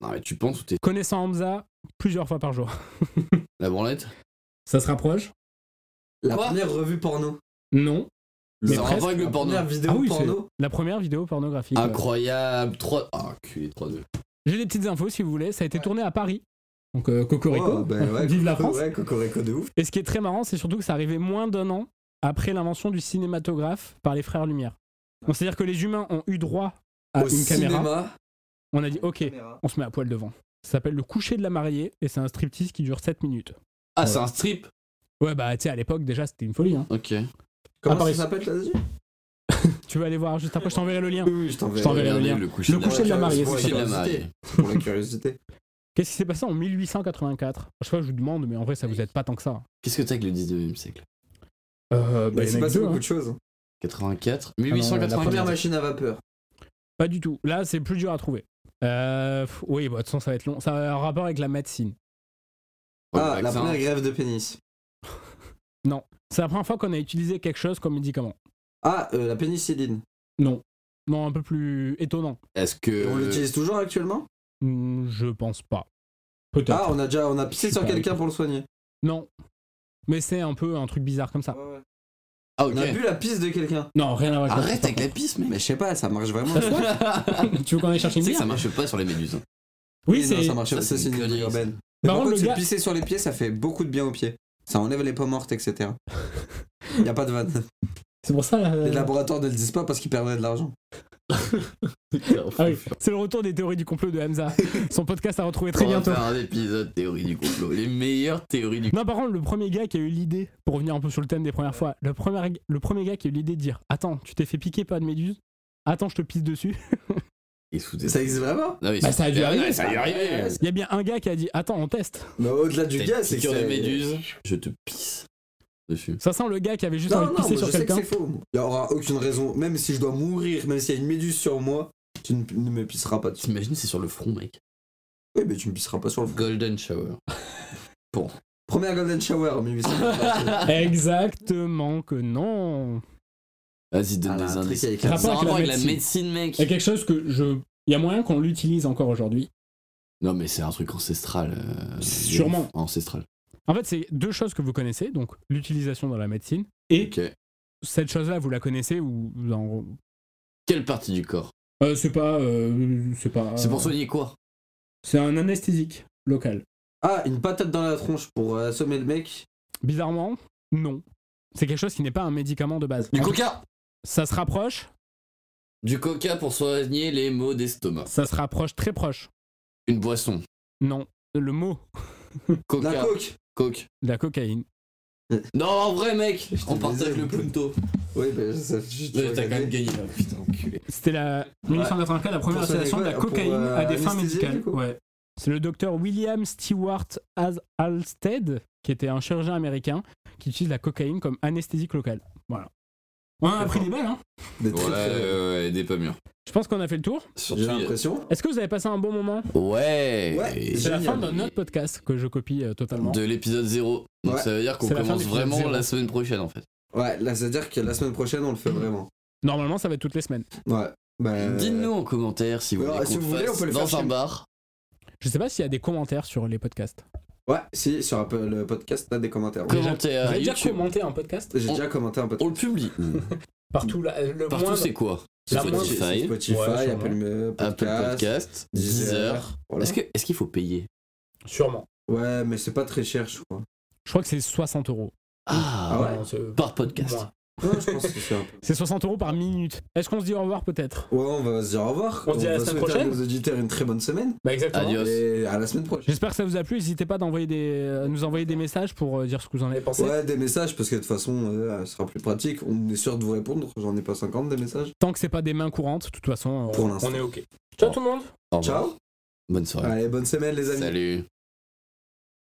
Speaker 3: Non, mais tu penses ou t'es
Speaker 1: Connaissant Hamza, plusieurs fois par jour. [LAUGHS]
Speaker 3: la branlette
Speaker 1: Ça se rapproche
Speaker 2: La
Speaker 3: Quoi
Speaker 2: première revue porno.
Speaker 1: Non. Mais
Speaker 3: Ça en
Speaker 1: presque.
Speaker 3: rapport avec le
Speaker 2: La
Speaker 3: porno.
Speaker 2: première vidéo
Speaker 1: Ah oui,
Speaker 2: porno.
Speaker 1: La première vidéo pornographique.
Speaker 2: Ah,
Speaker 1: ouais.
Speaker 3: Incroyable. 3. Ah, culé 3-2.
Speaker 1: J'ai des petites infos si vous voulez. Ça a été tourné à Paris. Donc euh, Cocorico.
Speaker 2: Oh, ben
Speaker 1: [LAUGHS]
Speaker 2: ouais,
Speaker 1: Vive la
Speaker 2: Cocorico,
Speaker 1: France.
Speaker 2: Ouais, Cocorico de ouf.
Speaker 1: Et ce qui est très marrant, c'est surtout que ça arrivait moins d'un an après l'invention du cinématographe par les frères Lumière. Donc c'est-à-dire que les humains ont eu droit à
Speaker 2: Ah. Au
Speaker 1: Ah, une caméra.
Speaker 2: cinéma.
Speaker 1: On a dit ok, on se met à poil devant. Ça s'appelle le coucher de la mariée et c'est un striptease qui dure 7 minutes.
Speaker 3: Ah, c'est un strip
Speaker 1: Ouais, bah tu sais, à l'époque déjà c'était une folie. Hein.
Speaker 3: Ok.
Speaker 1: À
Speaker 2: Comment
Speaker 1: Paris.
Speaker 2: ça s'appelle là-dessus
Speaker 1: Tu veux aller voir juste après, je t'enverrai le lien.
Speaker 2: Oui, oui, je t'enverrai.
Speaker 1: Je t'enverrai.
Speaker 3: Regardez
Speaker 1: lien.
Speaker 3: le coucher
Speaker 1: Le
Speaker 3: de
Speaker 1: coucher de la mariée,
Speaker 3: Le
Speaker 1: c'est
Speaker 3: coucher de
Speaker 2: ça.
Speaker 3: la
Speaker 1: [LAUGHS]
Speaker 3: mariée.
Speaker 2: Pour la curiosité.
Speaker 1: Qu'est-ce qui s'est passé en 1884 Je sais pas, je vous demande, mais en vrai ça vous aide pas tant que ça.
Speaker 3: Qu'est-ce que t'as avec le 19 e siècle
Speaker 1: Euh,
Speaker 2: bah, Il s'est passé beaucoup de choses.
Speaker 3: 84
Speaker 1: Ah non,
Speaker 2: Première
Speaker 3: 1884
Speaker 2: machine à vapeur.
Speaker 1: hein. Pas du tout. Là c'est plus dur à trouver. Euh, pff, oui, bah, de toute façon ça va être long. Ça a un rapport avec la médecine.
Speaker 2: Ah, la
Speaker 3: Le vaccin.
Speaker 2: première grève de pénis.
Speaker 1: C'est la première fois qu'on a utilisé quelque chose comme médicament.
Speaker 2: Ah, euh, la pénicilline.
Speaker 1: Non. Non, un peu plus étonnant.
Speaker 3: Est-ce
Speaker 1: Euh,
Speaker 2: Et On
Speaker 3: que.
Speaker 2: l'utilise toujours actuellement
Speaker 1: Hmm, Je pense pas. Peut-être.
Speaker 2: Ah, on a déjà on a pissé
Speaker 1: Je
Speaker 2: sur
Speaker 1: sais pas.
Speaker 2: quelqu'un pour le soigner.
Speaker 1: Non. Mais c'est un peu un truc bizarre comme ça.
Speaker 3: Ah,
Speaker 2: On a
Speaker 3: ok.
Speaker 2: bu la pisse de quelqu'un.
Speaker 1: Non, rien à voir avec la
Speaker 3: Arrête avec la pisse, mec.
Speaker 2: [LAUGHS] Mais je sais pas, ça marche vraiment.
Speaker 1: Ça se voit
Speaker 3: [LAUGHS]
Speaker 1: Tu veux qu'on aille chercher
Speaker 3: Tu
Speaker 1: une
Speaker 3: sais que
Speaker 1: bière
Speaker 3: ça marche pas sur les méduses. hein.
Speaker 1: Oui,
Speaker 2: non,
Speaker 1: c'est.
Speaker 2: ça marche
Speaker 3: ça,
Speaker 2: pas, ça
Speaker 3: c'est
Speaker 2: c'est
Speaker 3: une
Speaker 2: une connerie
Speaker 3: connerie, ça.
Speaker 2: urbaine. Mais
Speaker 1: Par
Speaker 2: par
Speaker 1: contre, le
Speaker 2: contre, se
Speaker 1: gars.
Speaker 2: pisser sur les
Speaker 3: [LAUGHS]
Speaker 2: pieds, ça fait beaucoup de bien aux pieds. Ça enlève les peaux mortes, etc. Y a pas de vanne.
Speaker 4: C'est pour ça. euh,
Speaker 2: Les laboratoires ne le disent pas parce qu'ils perdraient de l'argent.
Speaker 1: Ah oui, c'est le retour des théories du complot de Hamza. Son podcast à retrouver très
Speaker 3: Très
Speaker 1: bientôt.
Speaker 3: faire un épisode théorie du complot. Les meilleures théories du complot.
Speaker 1: Non, par contre, le premier gars qui a eu l'idée, pour revenir un peu sur le thème des premières fois, le premier, le premier gars qui a eu l'idée de dire Attends, tu t'es fait piquer par une méduse Attends, je te pisse dessus.
Speaker 3: Et sous
Speaker 2: Ça existe vraiment
Speaker 3: Non, mais
Speaker 4: Bah,
Speaker 3: c'est-
Speaker 4: ça a dû
Speaker 3: Ah,
Speaker 4: arriver,
Speaker 3: Ça a dû
Speaker 4: ça.
Speaker 3: arriver.
Speaker 1: Il y a bien un gars qui a dit Attends, on teste.
Speaker 2: Mais au-delà du
Speaker 3: T'as une
Speaker 2: gars, c'est que.
Speaker 3: piqûre de
Speaker 2: c'est-
Speaker 3: méduse, je te pisse dessus.
Speaker 1: Ça sent le gars qui avait juste
Speaker 2: Non,
Speaker 1: envie
Speaker 2: non,
Speaker 1: de
Speaker 2: moi,
Speaker 1: pisser
Speaker 2: je
Speaker 1: sur
Speaker 2: sais que
Speaker 1: quelqu'un.
Speaker 2: c'est faux. moi. Il n'y aura aucune raison. Même si je dois mourir, même s'il y a une méduse sur moi, tu ne ne me pisseras pas dessus.
Speaker 3: T'imagines, c'est sur le front, mec.
Speaker 2: Oui, mais tu me pisseras pas sur le front.
Speaker 3: Golden Shower.
Speaker 2: Première Golden Shower en 1800.
Speaker 3: [LAUGHS]
Speaker 1: Exactement que non.
Speaker 3: Vas-y, donne
Speaker 2: Ah, là,
Speaker 3: des
Speaker 2: un truc
Speaker 3: indices.
Speaker 2: avec
Speaker 3: Ça
Speaker 2: la-
Speaker 3: a
Speaker 1: Rapport
Speaker 3: un
Speaker 1: avec la
Speaker 3: rapport avec la
Speaker 1: médecine.
Speaker 3: médecine, mec.
Speaker 1: Il y a quelque chose que je. Il y a moyen qu'on l'utilise encore aujourd'hui.
Speaker 3: Non, mais c'est un truc ancestral. euh,
Speaker 1: Sûrement.
Speaker 3: Ancestral.
Speaker 1: En fait, c'est deux choses que vous connaissez, donc l'utilisation dans la médecine et
Speaker 3: Ok.
Speaker 1: cette chose-là, vous la connaissez ou dans...
Speaker 3: Quelle partie du corps
Speaker 1: Euh, c'est pas, euh, c'est pas.
Speaker 3: C'est pour
Speaker 1: euh,
Speaker 3: soigner quoi
Speaker 1: C'est un anesthésique local.
Speaker 2: Ah, une patate dans la tronche pour euh, assommer le mec.
Speaker 1: Bizarrement, non. C'est quelque chose qui n'est pas un médicament de base.
Speaker 3: Du
Speaker 1: En tout-
Speaker 3: coca
Speaker 1: Ça se rapproche,
Speaker 3: Du coca pour soigner les maux d'estomac.
Speaker 1: ça se rapproche très proche.
Speaker 3: Une boisson.
Speaker 1: Non, le mot,
Speaker 2: La
Speaker 3: Coca.
Speaker 2: coke.
Speaker 3: Coke.
Speaker 1: la cocaïne.
Speaker 3: Non, en vrai, mec
Speaker 2: Je te
Speaker 3: On partage
Speaker 2: disais,
Speaker 3: le
Speaker 2: moi.
Speaker 3: punto.
Speaker 2: Oui, mais ça je- je-
Speaker 3: Ouais, T'as quand même gagné. là. Putain, enculé.
Speaker 1: C'était la 1984, la première
Speaker 2: Pour soigner
Speaker 1: association de la
Speaker 2: quoi Pour,
Speaker 1: cocaïne
Speaker 2: euh,
Speaker 1: à des fins
Speaker 2: anesthésier,
Speaker 1: médicales.
Speaker 2: du coup
Speaker 1: Ouais. C'est le docteur William Stewart As- Halstead, qui était un chirurgien américain, qui utilise la cocaïne comme anesthésique locale. Voilà. On en a pris des balles, hein.
Speaker 2: Des
Speaker 3: Ouais,
Speaker 2: trucs, euh,
Speaker 3: ouais, ouais, des pas mûrs.
Speaker 1: Je pense qu'on a fait le tour.
Speaker 3: Surtout,
Speaker 2: J'ai
Speaker 3: il y a-
Speaker 2: l'impression.
Speaker 1: Est-ce que vous avez passé un bon moment
Speaker 3: Ouais,
Speaker 2: Ouais,
Speaker 1: C'est la
Speaker 2: Génial.
Speaker 1: fin de notre podcast que je copie euh, totalement.
Speaker 3: de l'épisode 0. Donc
Speaker 2: Ouais.
Speaker 3: ça veut dire qu'on
Speaker 1: C'est la fin de
Speaker 3: commence
Speaker 1: l'épisode
Speaker 3: vraiment
Speaker 1: zéro.
Speaker 3: la semaine prochaine en fait.
Speaker 2: Ouais, là, c'est-à-dire que la semaine prochaine, on le fait vraiment.
Speaker 1: Normalement, ça va être toutes les semaines.
Speaker 2: Ouais. Bah,
Speaker 1: Euh,
Speaker 3: Dites-nous en commentaire si vous
Speaker 2: alors,
Speaker 3: voulez
Speaker 2: si
Speaker 3: qu'on
Speaker 2: vous
Speaker 3: le
Speaker 2: voulez,
Speaker 3: fasse
Speaker 2: on peut le
Speaker 3: dans
Speaker 2: faire
Speaker 3: un
Speaker 2: chez-
Speaker 3: bar.
Speaker 1: Je sais pas s'il y a des commentaires sur les podcasts.
Speaker 2: Ouais, si, sur Apple, le podcast, t'as des commentaires.
Speaker 1: Déjà-
Speaker 3: Commenter à YouTube.
Speaker 1: commenté un podcast
Speaker 2: J'ai
Speaker 3: on-
Speaker 2: déjà commenté un podcast.
Speaker 3: On le publie.
Speaker 1: Partout, là, le
Speaker 3: Partout
Speaker 1: moindre-
Speaker 3: c'est quoi
Speaker 1: La
Speaker 2: Sur
Speaker 1: moindre-
Speaker 2: Spotify,
Speaker 3: Spotify,
Speaker 2: Spotify
Speaker 1: Ouais, sûrement.
Speaker 2: Apple, euh,
Speaker 3: Apple
Speaker 2: podcast.
Speaker 3: Podcast,
Speaker 2: Deezer,
Speaker 3: Deezer.
Speaker 2: voilà.
Speaker 3: Est-ce que- est-ce qu'il faut payer
Speaker 1: Sûrement.
Speaker 2: Ouais, mais c'est pas très cher, je crois.
Speaker 1: Je crois que c'est 60 euros.
Speaker 3: Ah,
Speaker 2: Ah ouais.
Speaker 4: non, c'est-
Speaker 3: par podcast.
Speaker 1: Moi.
Speaker 2: Ouais, je pense que c'est un peu.
Speaker 1: C'est 60 euros par minute. Est-ce qu'on se dit au revoir peut-être
Speaker 2: Ouais, on va se dire au revoir.
Speaker 1: On se dit à la
Speaker 2: va
Speaker 1: semaine
Speaker 2: souhaiter
Speaker 1: prochaine.
Speaker 2: à nos auditeurs une très bonne semaine.
Speaker 1: Bah exactement.
Speaker 3: Adios.
Speaker 2: Et à la semaine prochaine.
Speaker 1: J'espère que ça vous a plu. N'hésitez pas d'envoyer des, à nous envoyer des messages pour euh, dire ce que vous en avez pensé.
Speaker 2: Ouais, des messages, parce que de toute façon, euh, ce sera plus pratique. On est sûr de vous répondre. J'en ai pas 50 des messages.
Speaker 1: Tant que c'est pas des mains courantes, de toute façon, euh, on-
Speaker 2: Pour l'instant.
Speaker 1: on est ok. Ciao tout le monde.
Speaker 3: Au revoir.
Speaker 2: Ciao.
Speaker 3: Bonne soirée.
Speaker 2: Allez, bonne semaine, les amis.
Speaker 3: Salut.